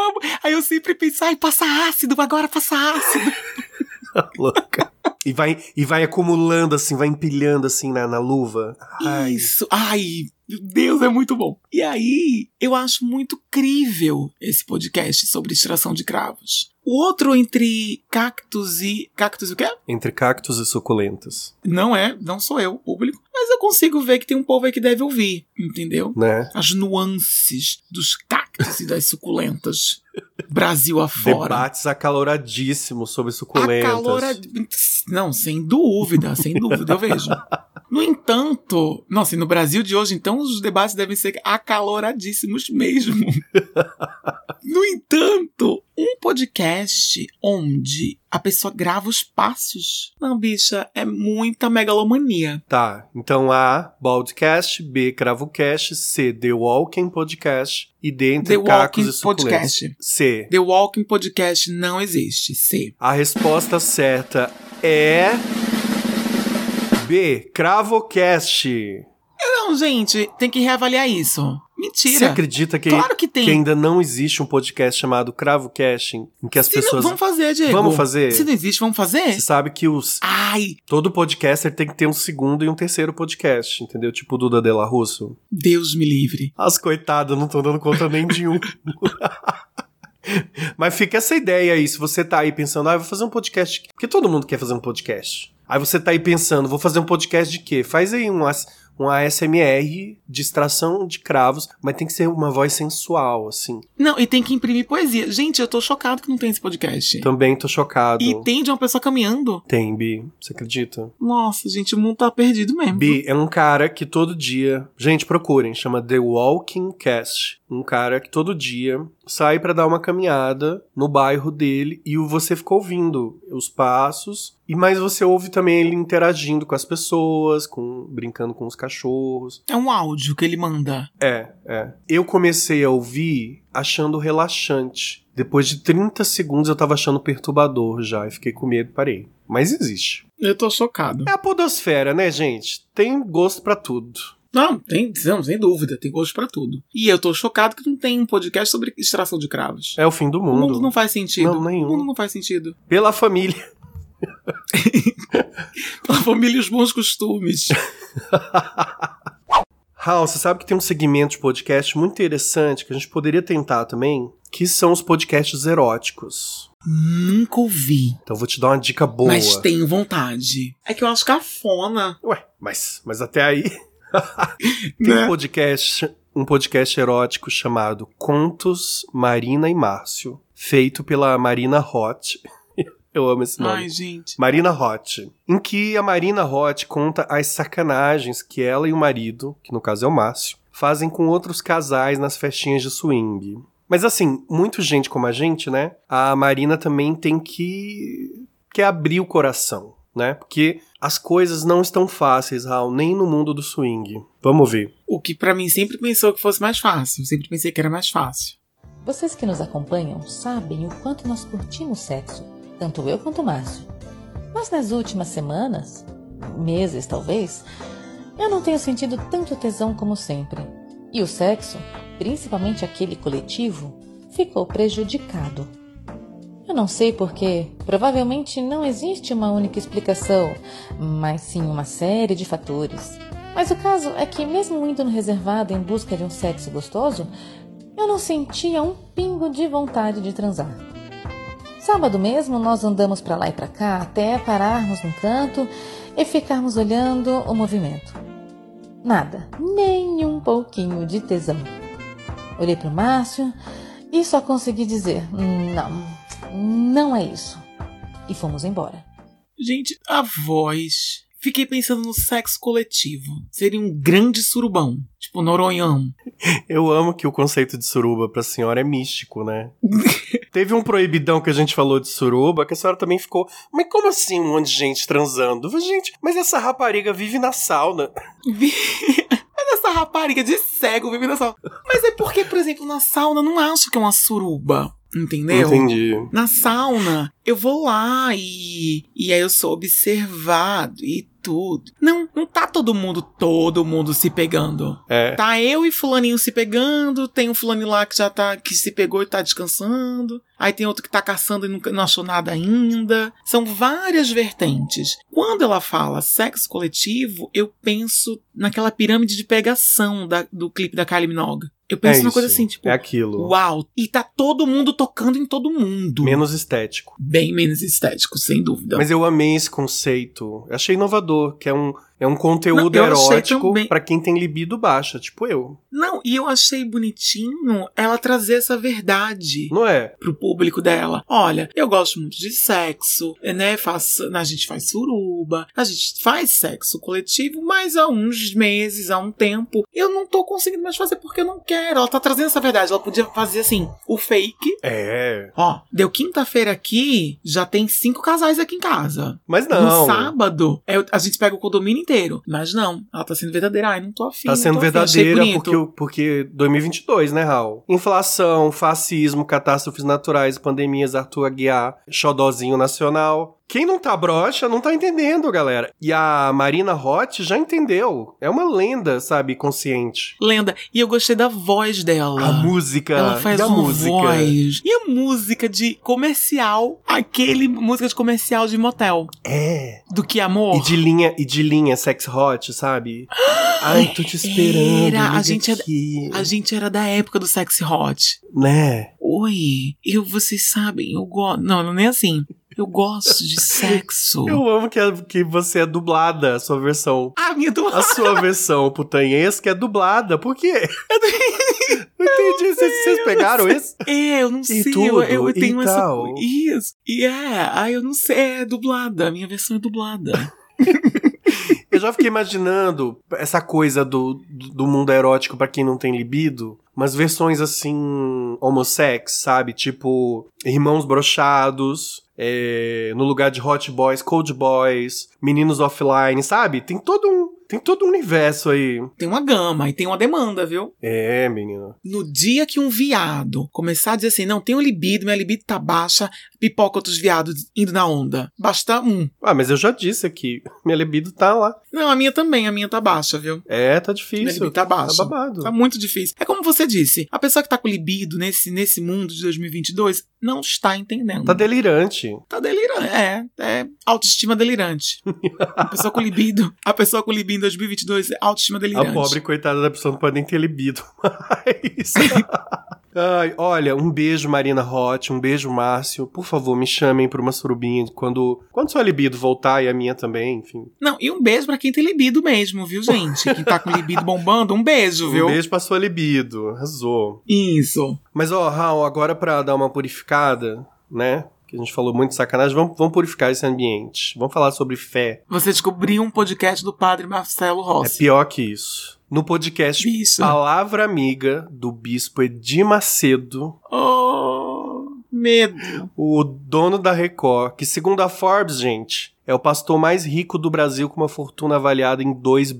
Speaker 2: amo. Aí eu sempre penso, ai, passa ácido, agora passa ácido.
Speaker 1: Ah, louca. E vai, e vai acumulando assim, vai empilhando assim na, na luva. Ai.
Speaker 2: Isso. Ai, meu Deus, é muito bom. E aí, eu acho muito crível esse podcast sobre extração de cravos. O outro entre cactos e. Cactos e o quê?
Speaker 1: Entre cactos e suculentas,
Speaker 2: Não é, não sou eu, público. Mas eu consigo ver que tem um povo aí que deve ouvir, entendeu?
Speaker 1: né?
Speaker 2: As nuances dos cactos e das suculentas. Brasil afora.
Speaker 1: Debates acaloradíssimos sobre suculentas.
Speaker 2: Acalora- Não, sem dúvida, sem dúvida, eu vejo. No entanto, nossa, e no Brasil de hoje, então, os debates devem ser acaloradíssimos mesmo. No entanto, um podcast onde a pessoa grava os passos. Não, bicha, é muita megalomania.
Speaker 1: Tá, então A, Baldcast, B, Cravocast, C, The Walking Podcast e D, Entre
Speaker 2: The
Speaker 1: Cacos
Speaker 2: Walking
Speaker 1: e Suculentas.
Speaker 2: Podcast.
Speaker 1: C.
Speaker 2: The Walking Podcast não existe. C.
Speaker 1: A resposta certa é... B, Cravocast.
Speaker 2: Não, gente, tem que reavaliar isso.
Speaker 1: Você
Speaker 2: Mentira.
Speaker 1: acredita que,
Speaker 2: Claro que tem.
Speaker 1: que ainda não existe um podcast chamado Cravocast em em que as
Speaker 2: Se
Speaker 1: pessoas...
Speaker 2: não, vamos fazer, Diego.
Speaker 1: Vamos fazer?
Speaker 2: Se não existe, vamos fazer?
Speaker 1: Você sabe que os...
Speaker 2: Ai,
Speaker 1: Todo podcaster tem que ter um segundo e um terceiro podcast, entendeu? Tipo o Duda Dela Russo.
Speaker 2: Deus me livre.
Speaker 1: As coitadas, não estão dando conta nem de um. Mas fica essa ideia aí, se você tá aí pensando, ah, eu vou fazer um podcast. Porque todo mundo quer fazer um podcast. Aí você tá aí pensando, vou fazer um podcast de quê? Faz aí um, AS um ASMR, distração de cravos, mas tem que ser uma voz sensual, assim.
Speaker 2: Não, e tem que imprimir poesia. Gente, eu tô chocado que não tem esse podcast.
Speaker 1: Também tô chocado.
Speaker 2: E tem de uma pessoa caminhando.
Speaker 1: Tem, Bi. Você acredita?
Speaker 2: Nossa, gente, o mundo tá perdido mesmo.
Speaker 1: Bi é um cara que todo dia. Gente, procurem, chama The Walking Cast. Um cara que todo dia sai pra dar uma caminhada no bairro dele e o- você fica ouvindo os passos. E mais você ouve também ele interagindo com as pessoas, com brincando com os cachorros.
Speaker 2: É um áudio que ele manda.
Speaker 1: É, é. Eu comecei a ouvir achando relaxante. Depois de 30 segundos eu tava achando perturbador já e fiquei com medo, parei. Mas existe.
Speaker 2: Eu tô chocado.
Speaker 1: É a podosfera, né, gente? Tem gosto pra tudo.
Speaker 2: Não, tem, não, sem dúvida, tem gosto pra tudo. E eu tô chocado que não tem um podcast sobre extração de cravos.
Speaker 1: É o fim do
Speaker 2: O
Speaker 1: mundo.
Speaker 2: mundo não faz sentido.
Speaker 1: Não, nenhum.
Speaker 2: O mundo não faz sentido.
Speaker 1: Pela família.
Speaker 2: Pela família e os bons costumes.
Speaker 1: Raul, você sabe que tem um segmento de podcast muito interessante que a gente poderia tentar também, que são os podcasts eróticos.
Speaker 2: Nunca ouvi.
Speaker 1: Então eu vou te dar uma dica boa.
Speaker 2: Mas tenho vontade. É que eu acho cafona.
Speaker 1: Ué, mas, mas até aí tem um
Speaker 2: Né?
Speaker 1: podcast, um podcast erótico chamado Contos Marina e Márcio, feito pela Marina Hot. Eu amo esse nome.
Speaker 2: Ai, gente.
Speaker 1: Marina Hot, em que a Marina Hot conta as sacanagens que ela e o marido, que no caso é o Márcio, fazem com outros casais nas festinhas de swing. Mas assim, muito gente como a gente, né? A Marina também tem que que abrir o coração, né? Porque as coisas não estão fáceis, Raul, nem no mundo do swing. Vamos ver.
Speaker 2: O que pra mim sempre pensou que fosse mais fácil. Sempre pensei que era mais fácil.
Speaker 9: Vocês que nos acompanham sabem o quanto nós curtimos sexo, tanto eu quanto o Márcio. Mas nas últimas semanas, meses talvez, eu não tenho sentido tanto tesão como sempre. E o sexo, principalmente aquele coletivo, ficou prejudicado. Eu não sei porquê, provavelmente não existe uma única explicação, mas sim uma série de fatores. Mas o caso é que, mesmo indo no reservado em busca de um sexo gostoso, eu não sentia um pingo de vontade de transar. Sábado mesmo, nós andamos pra lá e pra cá até pararmos num canto e ficarmos olhando o movimento. Nada, nem um pouquinho de tesão. Olhei pro Márcio e só consegui dizer: "Hum, não, não é isso. E fomos embora.
Speaker 2: Gente, a voz Fiquei pensando no sexo coletivo. Seria um grande surubão, tipo Noronhão.
Speaker 1: Eu amo que o conceito de suruba pra senhora é místico, né? Teve um proibidão que a gente falou de suruba, que a senhora também ficou. Mas como assim um monte de gente transando? Eu falei, Gente, mas essa rapariga vive na sauna.
Speaker 2: Vi- Mas essa rapariga de cego vive na sauna. Mas é porque, por exemplo, na sauna eu não acho que é uma suruba. Entendeu?
Speaker 1: Entendi.
Speaker 2: Na sauna, eu vou lá e. E aí eu sou observado e tudo. Não, não tá todo mundo, todo mundo se pegando.
Speaker 1: É.
Speaker 2: Tá eu e fulaninho se pegando, tem um fulano lá que já tá, que se pegou e tá descansando. Aí tem outro que tá caçando e nunca, não achou nada ainda. São várias vertentes. Quando ela fala sexo coletivo, eu penso naquela pirâmide de pegação da- do clipe da Kylie Minogue. Eu
Speaker 1: é
Speaker 2: penso numa
Speaker 1: isso.
Speaker 2: coisa assim, tipo,
Speaker 1: É aquilo.
Speaker 2: uau, e tá todo mundo tocando em todo mundo.
Speaker 1: Menos estético.
Speaker 2: Bem menos estético, sem dúvida.
Speaker 1: Mas eu amei esse conceito. Eu Achei inovador, que é um, é um conteúdo
Speaker 2: Não, eu achei
Speaker 1: erótico
Speaker 2: também.
Speaker 1: pra quem tem libido baixa, tipo eu.
Speaker 2: Não, e eu achei bonitinho ela trazer essa verdade.
Speaker 1: Não é?
Speaker 2: pro público dela. Olha, eu gosto muito de sexo, né? Faço, a gente faz suruba, a gente faz sexo coletivo, mas há uns meses, há um tempo, eu não tô conseguindo mais fazer porque eu não quero. Ela tá trazendo essa verdade. Ela podia fazer assim, o fake.
Speaker 1: É.
Speaker 2: Ó, deu quinta-feira aqui, já tem cinco casais aqui em casa.
Speaker 1: Mas
Speaker 2: No
Speaker 1: não.
Speaker 2: sábado, é, a gente pega o condomínio inteiro. Mas não, ela tá sendo verdadeira. Ai, não tô afim.
Speaker 1: Tá
Speaker 2: não
Speaker 1: sendo
Speaker 2: tô afim, achei
Speaker 1: verdadeira
Speaker 2: bonito.
Speaker 1: porque, o- porque 2022, né, Raul? Inflação, fascismo, catástrofes naturais, pandemias, Arthur Aguiar, xodózinho nacional. Quem não tá broxa não tá entendendo, galera. E a Marina Roth já entendeu. É uma lenda, sabe, consciente.
Speaker 2: Lenda. E eu gostei da voz dela.
Speaker 1: A música.
Speaker 2: Ah, Ela faz um
Speaker 1: e a
Speaker 2: uma
Speaker 1: música.
Speaker 2: voz. E a música de comercial? Aquele música de comercial de motel.
Speaker 1: É.
Speaker 2: Do que amor?
Speaker 1: E de linha, e de linha sex hot, sabe? Ai, tô te esperando.
Speaker 2: Era, a
Speaker 1: liga
Speaker 2: gente é-
Speaker 1: aqui.
Speaker 2: A gente era da época do sexy hot.
Speaker 1: Né?
Speaker 2: Oi, eu, vocês sabem, eu gosto. Não, não nem assim. Eu gosto de sexo.
Speaker 1: Eu amo que, que você é dublada, a sua versão.
Speaker 2: Ah, minha do...
Speaker 1: A sua versão putanhesca é dublada. Por quê? Não entendi. Vocês, vocês pegaram isso?
Speaker 2: É, eu não sei. eu-
Speaker 1: tudo,
Speaker 2: eu,
Speaker 1: e
Speaker 2: tenho essa.
Speaker 1: tal.
Speaker 2: Isso. E é, ah, eu não sei. É dublada. A minha versão é dublada.
Speaker 1: Eu já fiquei imaginando essa coisa do, do mundo erótico pra quem não tem libido. Umas versões assim, homossex, sabe? Tipo, irmãos brochados, é, no lugar de hot boys, cold boys, meninos offline, sabe? Tem todo um, tem todo um universo aí.
Speaker 2: tem uma gama e tem uma demanda, viu?
Speaker 1: É, menino.
Speaker 2: No dia que um viado começar a dizer assim, não, tenho libido, minha libido tá baixa, pipoca outros viados indo na onda. Basta um.
Speaker 1: Ah, mas eu já disse aqui, minha libido tá lá.
Speaker 2: Não, a minha também, a minha tá baixa, viu?
Speaker 1: É, tá
Speaker 2: Minha
Speaker 1: difícil.
Speaker 2: libido tá
Speaker 1: Tá
Speaker 2: baixa.
Speaker 1: babado.
Speaker 2: Tá muito difícil. É como você disse, a pessoa que tá com libido nesse, nesse mundo de 2022 não está entendendo.
Speaker 1: Tá delirante.
Speaker 2: Tá delirante. É, é autoestima delirante. a pessoa com libido, a pessoa com libido em 2022 é autoestima delirante.
Speaker 1: A pobre coitada da pessoa não pode nem ter libido mais. Ai, olha, um beijo, Marina Roth, um beijo, Márcio. Por favor, me chamem pra uma surubinha quando, quando sua libido voltar e a minha também, enfim.
Speaker 2: Não, e um beijo pra quem tem libido mesmo, viu, gente? Quem tá com libido bombando, um beijo, viu?
Speaker 1: Um beijo pra sua libido, arrasou.
Speaker 2: Isso.
Speaker 1: Mas, ó, Raul, agora pra dar uma purificada, né? Que a gente falou muito de sacanagem, vamos, vamos purificar esse ambiente. Vamos falar sobre fé.
Speaker 2: Você descobriu um podcast do padre Marcelo
Speaker 1: É
Speaker 2: Rossi.
Speaker 1: pior que isso. No podcast
Speaker 2: Isso.
Speaker 1: Palavra Amiga, do bispo Edir Macedo,
Speaker 2: Oh, medo.
Speaker 1: O dono da Record, que segundo a Forbes, gente, é o pastor mais rico do Brasil com uma fortuna avaliada em 2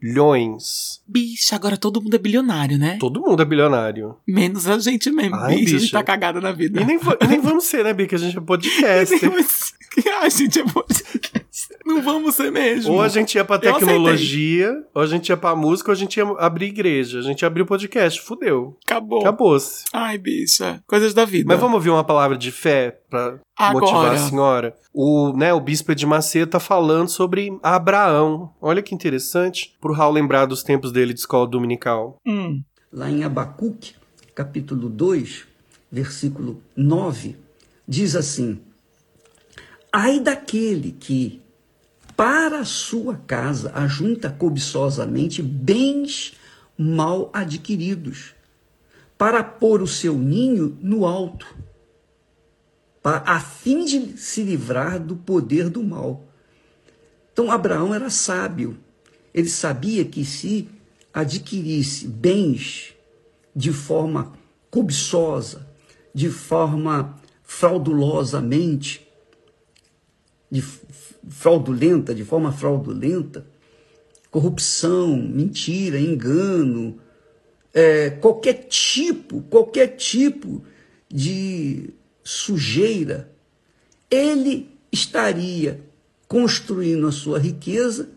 Speaker 1: bilhões.
Speaker 2: Bicha, agora todo mundo é bilionário, né?
Speaker 1: Todo mundo é bilionário.
Speaker 2: Menos a gente mesmo.
Speaker 1: Ai,
Speaker 2: bicha, a gente
Speaker 1: bicha.
Speaker 2: tá cagada na vida.
Speaker 1: E nem, va- e nem vamos ser, né, Bica? A gente é podcast.
Speaker 2: Mas- a gente é podcast. Não vamos ser mesmo.
Speaker 1: Ou a gente ia pra
Speaker 2: Eu aceitei.
Speaker 1: tecnologia, ou a gente ia pra música, ou a gente ia abrir igreja. A gente abriu podcast, fudeu.
Speaker 2: Acabou.
Speaker 1: Acabou-se.
Speaker 2: Ai, bicha. Coisas da vida.
Speaker 1: Mas vamos ouvir uma palavra de fé pra motivar
Speaker 2: Agora.
Speaker 1: a senhora. O, né, o bispo de Macedo tá falando sobre Abraão. Olha que interessante, pro Raul lembrar dos tempos dele de escola dominical.
Speaker 2: Hum.
Speaker 10: Lá em Abacuque, capítulo 2, versículo 9, diz assim: Ai daquele que para a sua casa ajunta cobiçosamente bens mal adquiridos, para pôr o seu ninho no alto, pa- a fim de se livrar do poder do mal. Então Abraão era sábio. Ele sabia que se adquirisse bens de forma cobiçosa, de forma fraudulosamente, de fraudulenta, de forma fraudulenta, corrupção, mentira, engano, é, qualquer tipo, qualquer tipo de sujeira, ele estaria construindo a sua riqueza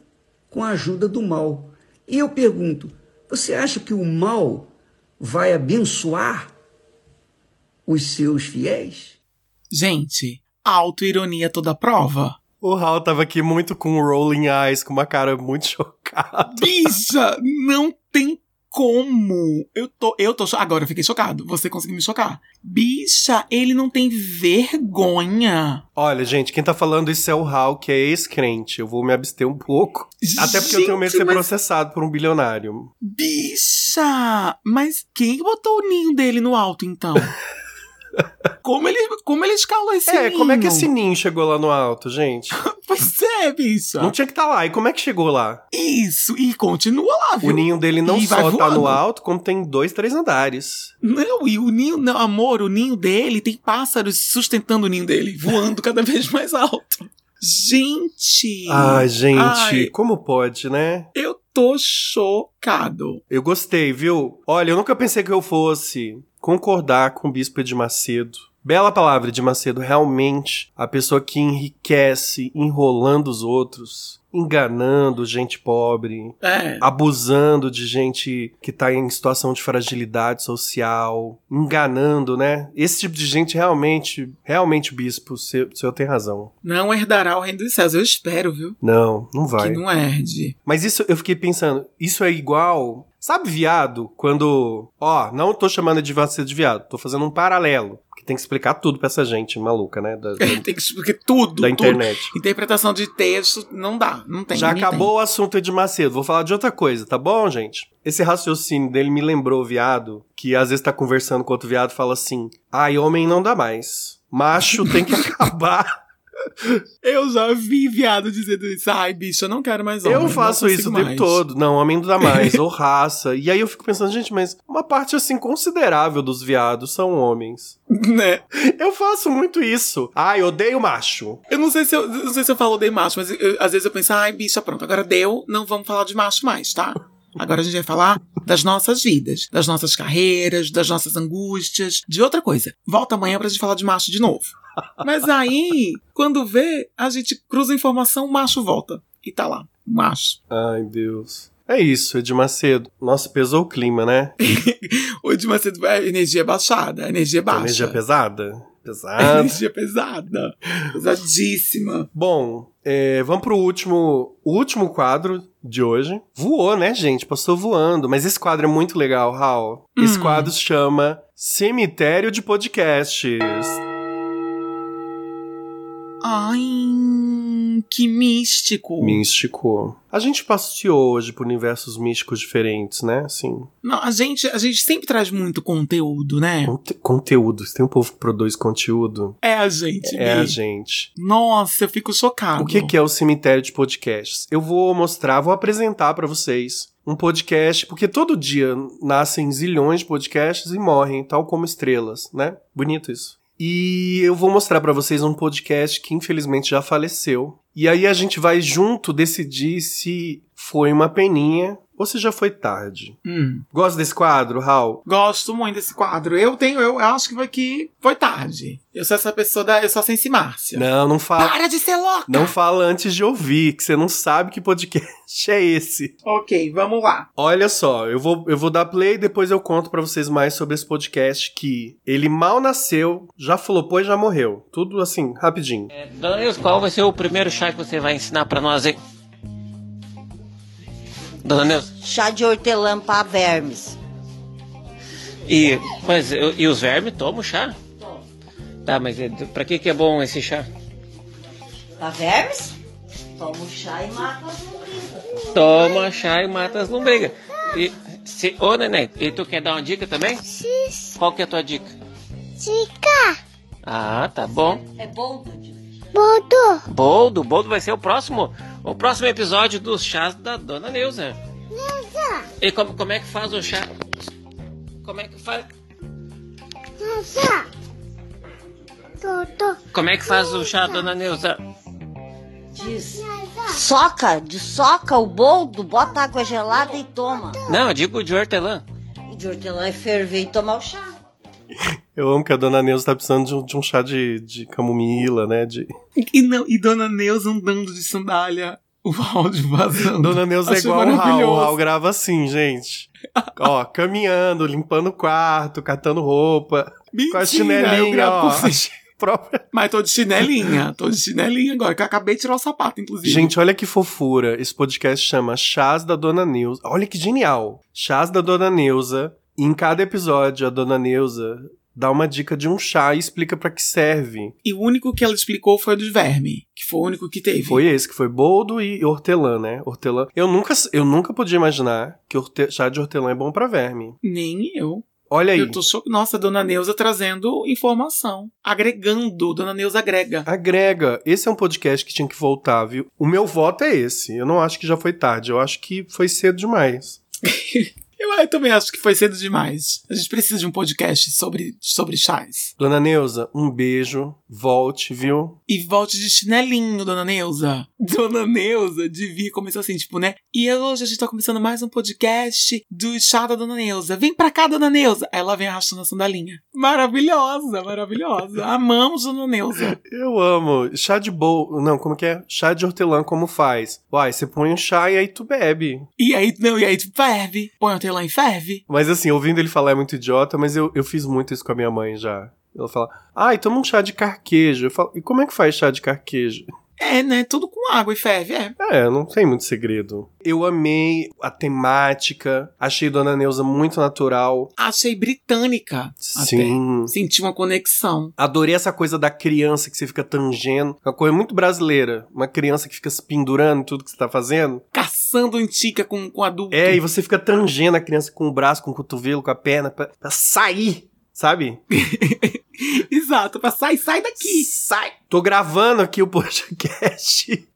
Speaker 10: com a ajuda do mal. E eu pergunto, você acha que o mal vai abençoar os seus fiéis?
Speaker 2: Gente, autoironia toda prova.
Speaker 1: O Hal tava aqui muito com rolling eyes, com uma cara muito chocada.
Speaker 2: Bicha, não tem como. Eu tô, eu tô agora eu fiquei chocado. Você conseguiu me chocar. Bicha, ele não tem vergonha.
Speaker 1: Olha, gente, quem tá falando isso é o Hal, que é ex-crente. Eu vou me abster um pouco. Até porque eu tenho medo de ser
Speaker 2: mas-
Speaker 1: processado por um bilionário.
Speaker 2: Bicha, mas quem botou o ninho dele no alto então? como ele, como ele escalou esse
Speaker 1: é,
Speaker 2: ninho?
Speaker 1: como é que esse ninho chegou lá no alto, gente?
Speaker 2: Pois é, bicha.
Speaker 1: Não tinha que estar lá. E como é que chegou lá?
Speaker 2: Isso, e continua lá, viu?
Speaker 1: O ninho dele não
Speaker 2: E vai
Speaker 1: só tá no
Speaker 2: voando.
Speaker 1: alto, como tem dois, três andares.
Speaker 2: Não, e o ninho, não, amor, o ninho dele tem pássaros sustentando o ninho dele, voando cada vez mais alto. Gente!
Speaker 1: Ai, gente,
Speaker 2: Ai.
Speaker 1: como pode, né?
Speaker 2: Eu tô chocado.
Speaker 1: Eu gostei, viu? Olha, eu nunca pensei que eu fosse concordar com o Bispo de Macedo. Bela palavra de Macedo, realmente. A pessoa que enriquece enrolando os outros, enganando gente pobre,
Speaker 2: É.
Speaker 1: abusando de gente que tá em situação de fragilidade social, enganando, né? Esse tipo de gente realmente, realmente, Bispo, o senhor o senhor tem razão.
Speaker 2: Não herdará o reino dos céus. Eu espero, viu?
Speaker 1: Não, não vai.
Speaker 2: Que não herde.
Speaker 1: Mas isso eu fiquei pensando, isso é igual. Sabe, viado, quando. Ó, não tô chamando de você de viado, tô fazendo um paralelo. Que tem que explicar tudo pra essa gente maluca, né? Da, da-
Speaker 2: tem que explicar É, tudo.
Speaker 1: da
Speaker 2: tudo.
Speaker 1: internet.
Speaker 2: Interpretação de texto não dá. Não tem.
Speaker 1: Já
Speaker 2: ninguém
Speaker 1: acabou o assunto de Macedo, vou falar de outra coisa, tá bom, gente? Esse raciocínio dele me lembrou o viado, que às vezes tá conversando com outro viado e fala assim: ai, homem não dá mais. Macho tem que acabar.
Speaker 2: tem. Eu já vi viado dizendo isso. Ai, bicho, eu não quero mais homem.
Speaker 1: eu faço
Speaker 2: não
Speaker 1: isso
Speaker 2: consigo
Speaker 1: o tempo
Speaker 2: mais.
Speaker 1: todo. Não, homem não dá mais, ou raça. E aí eu fico pensando, gente, mas uma parte assim considerável dos viados são homens.
Speaker 2: Né?
Speaker 1: Eu faço muito isso. Ai, odeio macho.
Speaker 2: Eu não sei se eu, não sei se eu falo de macho, mas eu- às vezes eu penso, ai, bicha, pronto, agora deu, não vamos falar de macho mais, tá? Agora a gente vai falar das nossas vidas, das nossas carreiras, das nossas angústias, de outra coisa. Volta amanhã pra gente falar de macho de novo. Mas aí, quando vê, a gente cruza a informação, o macho volta. E tá lá, macho.
Speaker 1: Ai, Deus. É isso, Edir Macedo. Nossa, pesou o clima, né?
Speaker 2: O de Macedo é energia baixada, energia
Speaker 1: Essa
Speaker 2: baixa.
Speaker 1: energia pesada? é Pesada.
Speaker 2: Energia pesada. Pesadíssima.
Speaker 1: Bom, é, vamos pro último, o último quadro de hoje. Voou, né, gente? Passou voando. Mas esse quadro é muito legal, Raul. Esse
Speaker 2: Hum.
Speaker 1: quadro se chama Cemitério de Podcasts.
Speaker 2: Ai, que místico.
Speaker 1: Místico. Tipo, A gente passeou hoje por universos místicos diferentes, né? Assim,
Speaker 2: Não, a gente, a gente sempre traz muito conteúdo, né?
Speaker 1: conte- conteúdo. Se tem um povo que produz conteúdo,
Speaker 2: É a gente,
Speaker 1: é a
Speaker 2: Bi.
Speaker 1: gente.
Speaker 2: Nossa, eu fico chocado.
Speaker 1: O que, que é o cemitério de podcasts? Eu vou mostrar, vou apresentar pra vocês um podcast, porque todo dia nascem zilhões de podcasts e morrem, tal como estrelas, né? Bonito isso. E eu vou mostrar pra vocês um podcast que infelizmente já faleceu. E aí a gente vai junto decidir se foi uma peninha ou se já foi tarde.
Speaker 2: Hum,
Speaker 1: Gosta desse quadro, Raul?
Speaker 2: gosto muito desse quadro. Eu tenho, eu acho que foi que foi tarde. Eu sou essa pessoa da, eu sou a Sensi Márcia.
Speaker 1: Não, não fala.
Speaker 2: Para de ser louca!
Speaker 1: Não fala antes de ouvir, que você não sabe que podcast é esse.
Speaker 2: Ok, vamos lá.
Speaker 1: Olha só, eu vou, eu vou dar play e depois eu conto pra vocês mais sobre esse podcast que ele mal nasceu, já flopou e já morreu. Tudo assim, rapidinho.
Speaker 11: Dona Neuza, qual vai ser o primeiro chá que você vai ensinar pra nós aí? Dona Neuza,
Speaker 12: Chá de hortelã para vermes.
Speaker 11: e, mas, eu- e os vermes tomam chá? Tá, mas eh, pra que, que é bom esse chá?
Speaker 12: Para vermes? Toma o chá e mata as lombrigas.
Speaker 11: Toma chá e mata as lombrigas. E, se, ô neném, e tu quer dar uma dica também? Sim. Qual que é a tua dica?
Speaker 12: Dica!
Speaker 11: Ah, tá bom.
Speaker 12: É bom, Dudu.
Speaker 13: Boldo.
Speaker 11: Boldo, Boldo vai ser o próximo, o próximo episódio dos chás da Dona Neuza.
Speaker 13: Neuza.
Speaker 11: E como, como é que faz o chá? Como é que faz?
Speaker 13: Neuza. Boldo.
Speaker 11: Como é que faz o chá, Dona Neuza?
Speaker 13: Diz. Soca, dessoca o boldo, bota água gelada e toma.
Speaker 11: Não, eu digo de hortelã.
Speaker 13: De hortelã e ferver e tomar o chá.
Speaker 1: Eu amo que a dona Neuza tá precisando de um, de um chá de, de camomila, né? De...
Speaker 2: E, não, e Dona Neuza andando de sandália, o áudio vazando.
Speaker 1: Dona Neuza é
Speaker 2: Achei
Speaker 1: igual o Raul. O
Speaker 2: maravilhoso.
Speaker 1: Raul grava assim, gente. ó, caminhando, limpando o quarto, catando roupa. com a
Speaker 2: eu
Speaker 1: chinelinha,
Speaker 2: gravo
Speaker 1: ó.
Speaker 2: com vocês. Mas tô de chinelinha, tô de chinelinha agora, que eu acabei de tirar o sapato, inclusive.
Speaker 1: Gente, olha que fofura. Esse podcast chama Chás da Dona Neuza. Olha que genial. Chás da Dona Neuza. E em cada episódio, a Dona Neuza dá uma dica de um chá e explica pra que serve.
Speaker 2: E o único que ela explicou foi o dos verme, que foi o único que teve.
Speaker 1: Foi esse, que foi boldo e hortelã, né? Hortelã. Eu nunca, eu nunca podia imaginar que horte- chá de hortelã é bom pra verme.
Speaker 2: Nem eu.
Speaker 1: Olha aí.
Speaker 2: Eu tô chocada. Nossa, Dona Neuza trazendo informação. Agregando. Dona Neuza agrega.
Speaker 1: Agrega. Esse é um podcast que tinha que voltar, viu? O meu voto é esse. Eu não acho que já foi tarde. Eu acho que foi cedo demais.
Speaker 2: Eu, eu também acho que foi cedo demais. A gente precisa de um podcast sobre, sobre chás.
Speaker 1: Dona Neuza, um beijo. Volte, viu?
Speaker 2: E volte de chinelinho, Dona Neuza. Dona Neuza devia começar assim, tipo, né? E hoje a gente tá começando mais um podcast do chá da Dona Neuza. Vem pra cá, Dona Neuza. Aí Ela vem arrastando a sandalinha. Maravilhosa, maravilhosa. Amamos Dona Neuza.
Speaker 1: Eu amo. Chá de bol... Não, como que é? Chá de hortelã, como faz? Uai, você põe um chá e aí tu bebe.
Speaker 2: E aí, não, e aí, tipo, ferve. Põe o telão e ferve.
Speaker 1: Mas assim, ouvindo ele falar é muito idiota, mas eu, eu fiz muito isso com a minha mãe já. Ela fala, ai, toma um chá de carquejo. Eu falo, e como é que faz chá de carquejo?
Speaker 2: É, né? Tudo com água e ferve, é.
Speaker 1: É, não tem muito segredo. Eu amei a temática, achei Dona Neuza muito natural.
Speaker 2: Achei britânica.
Speaker 1: Sim.
Speaker 2: Até. Senti uma conexão.
Speaker 1: Adorei essa coisa da criança que você fica tangendo. É Uma coisa muito brasileira. Uma criança que fica se pendurando em tudo que você tá fazendo.
Speaker 2: Caçando antica com, com adulto.
Speaker 1: É, e você fica tangendo a criança com o braço, com o cotovelo, com a perna, pra, pra sair, sabe?
Speaker 2: Exato, pra sair, sai daqui.
Speaker 1: Sai. Tô gravando aqui o podcast.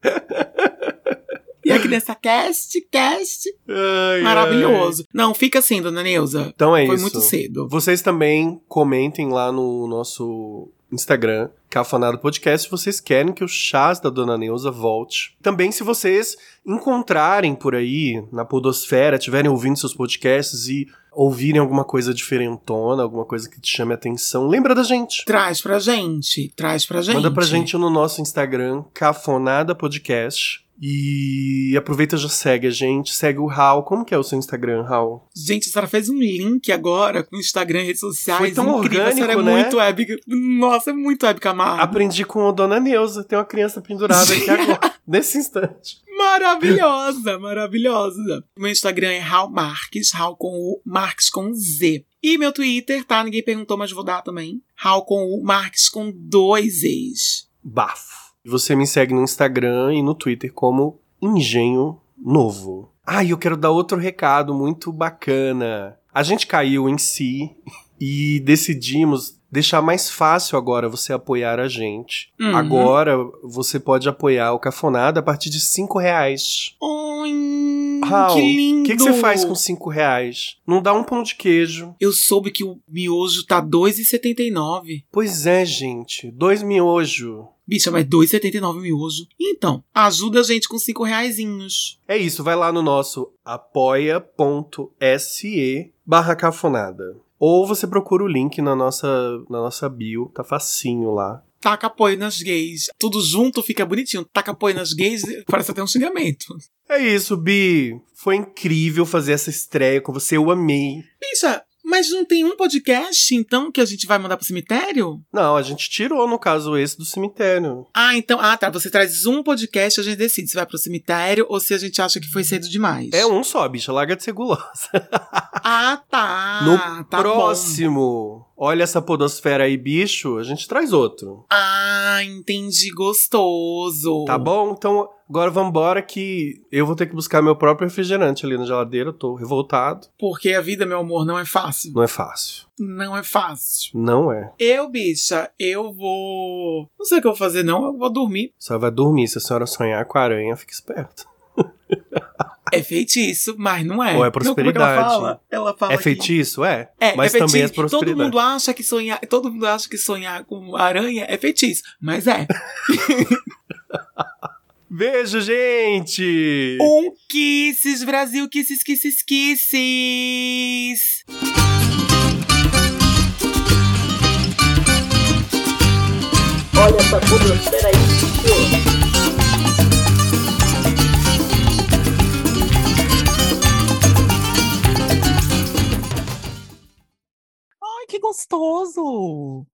Speaker 2: E a criança cast, cast.
Speaker 1: Ai,
Speaker 2: Maravilhoso. Não, fica assim, dona Neuza.
Speaker 1: Então é
Speaker 2: Foi
Speaker 1: isso.
Speaker 2: muito cedo.
Speaker 1: Vocês também comentem lá no nosso Instagram, Cafanado Podcast, se vocês querem que o chás da Dona Neuza volte. Também se vocês encontrarem por aí, na podosfera, tiverem ouvindo seus podcasts e ouvirem alguma coisa diferentona, alguma coisa que te chame a atenção, lembra da gente.
Speaker 2: Traz pra gente, traz pra gente.
Speaker 1: Manda pra gente no nosso Instagram, Cafonada Podcast. E aproveita e já segue a gente, segue o Raul. Como que é o seu Instagram, Raul?
Speaker 2: Gente, a senhora fez um link agora com o Instagram e redes sociais.
Speaker 1: Foi tão
Speaker 2: incrível. a senhora é
Speaker 1: orgânico, né?
Speaker 2: muito épica. Nossa, é muito épica, Mar.
Speaker 1: Aprendi com a Dona Neuza. Tem uma criança pendurada aqui agora, nesse instante.
Speaker 2: Maravilhosa, maravilhosa. Meu Instagram é Raul Marques, Raul com U, Marques com Z. E meu Twitter, tá? Ninguém perguntou, mas vou dar também. Raul com U, Marques com dois E's.
Speaker 1: Bafo. E Você me segue no Instagram e no Twitter como Engenho Novo. Ah, e eu quero dar outro recado muito bacana. A gente caiu em si e decidimos deixar mais fácil agora você apoiar a gente.
Speaker 2: Uhum.
Speaker 1: Agora você pode apoiar o Cafonada a partir de 5 reais.
Speaker 2: Oi,
Speaker 1: Raul,
Speaker 2: que lindo!
Speaker 1: o que, que você faz com 5 reais? Não dá um pão de queijo.
Speaker 2: Eu soube que o miojo tá 2,79.
Speaker 1: Pois é, gente. Dois miojo.
Speaker 2: Bicha, mas 2,79 o miojo. Então, ajuda a gente com 5 reaisinhos.
Speaker 1: É isso, vai lá no nosso apoia.se barra cafonada. Ou você procura o link na nossa, na nossa bio, tá facinho lá.
Speaker 2: Taca apoio nas gays. Tudo junto fica bonitinho. Taca apoio nas gays parece até um xingamento.
Speaker 1: É isso, Bi. Foi incrível fazer essa estreia com você, eu amei.
Speaker 2: Bicha, mas não tem um podcast, então, que a gente vai mandar pro cemitério?
Speaker 1: Não, a gente tirou, no caso, esse do cemitério.
Speaker 2: Ah, então. Ah, tá. Você traz um podcast e a gente decide se vai pro cemitério ou se a gente acha que foi cedo demais.
Speaker 1: É um só, bicha, larga de ser gulosa.
Speaker 2: Ah, tá.
Speaker 1: no
Speaker 2: tá bom.
Speaker 1: próximo, olha essa podosfera aí, bicho, a gente traz outro.
Speaker 2: Ah, entendi. Gostoso.
Speaker 1: Tá bom? Então agora vambora que eu vou ter que buscar meu próprio refrigerante ali na geladeira, eu tô revoltado.
Speaker 2: Porque a vida, meu amor, não é fácil.
Speaker 1: Não é fácil.
Speaker 2: Não é fácil.
Speaker 1: Não é.
Speaker 2: Eu, bicha, eu vou. Não sei o que eu vou fazer, não. Eu vou dormir.
Speaker 1: A senhora vai dormir, se a senhora sonhar com a aranha, fica esperta.
Speaker 2: É feitiço, mas não é.
Speaker 1: Ou é prosperidade.
Speaker 2: Não, como é que ela fala? Ela fala
Speaker 1: É
Speaker 2: que-
Speaker 1: feitiço, é.
Speaker 2: É,
Speaker 1: Mas
Speaker 2: é
Speaker 1: também é
Speaker 2: feitiço.
Speaker 1: prosperidade.
Speaker 2: Todo mundo acha que sonhar, todo mundo acha que sonhar com aranha é feitiço, mas é.
Speaker 1: Beijo, gente!
Speaker 2: Um kisses, Brasil, kisses, kisses, kisses.
Speaker 14: Olha essa podosfera aí, bicho.
Speaker 15: Ai, que gostoso!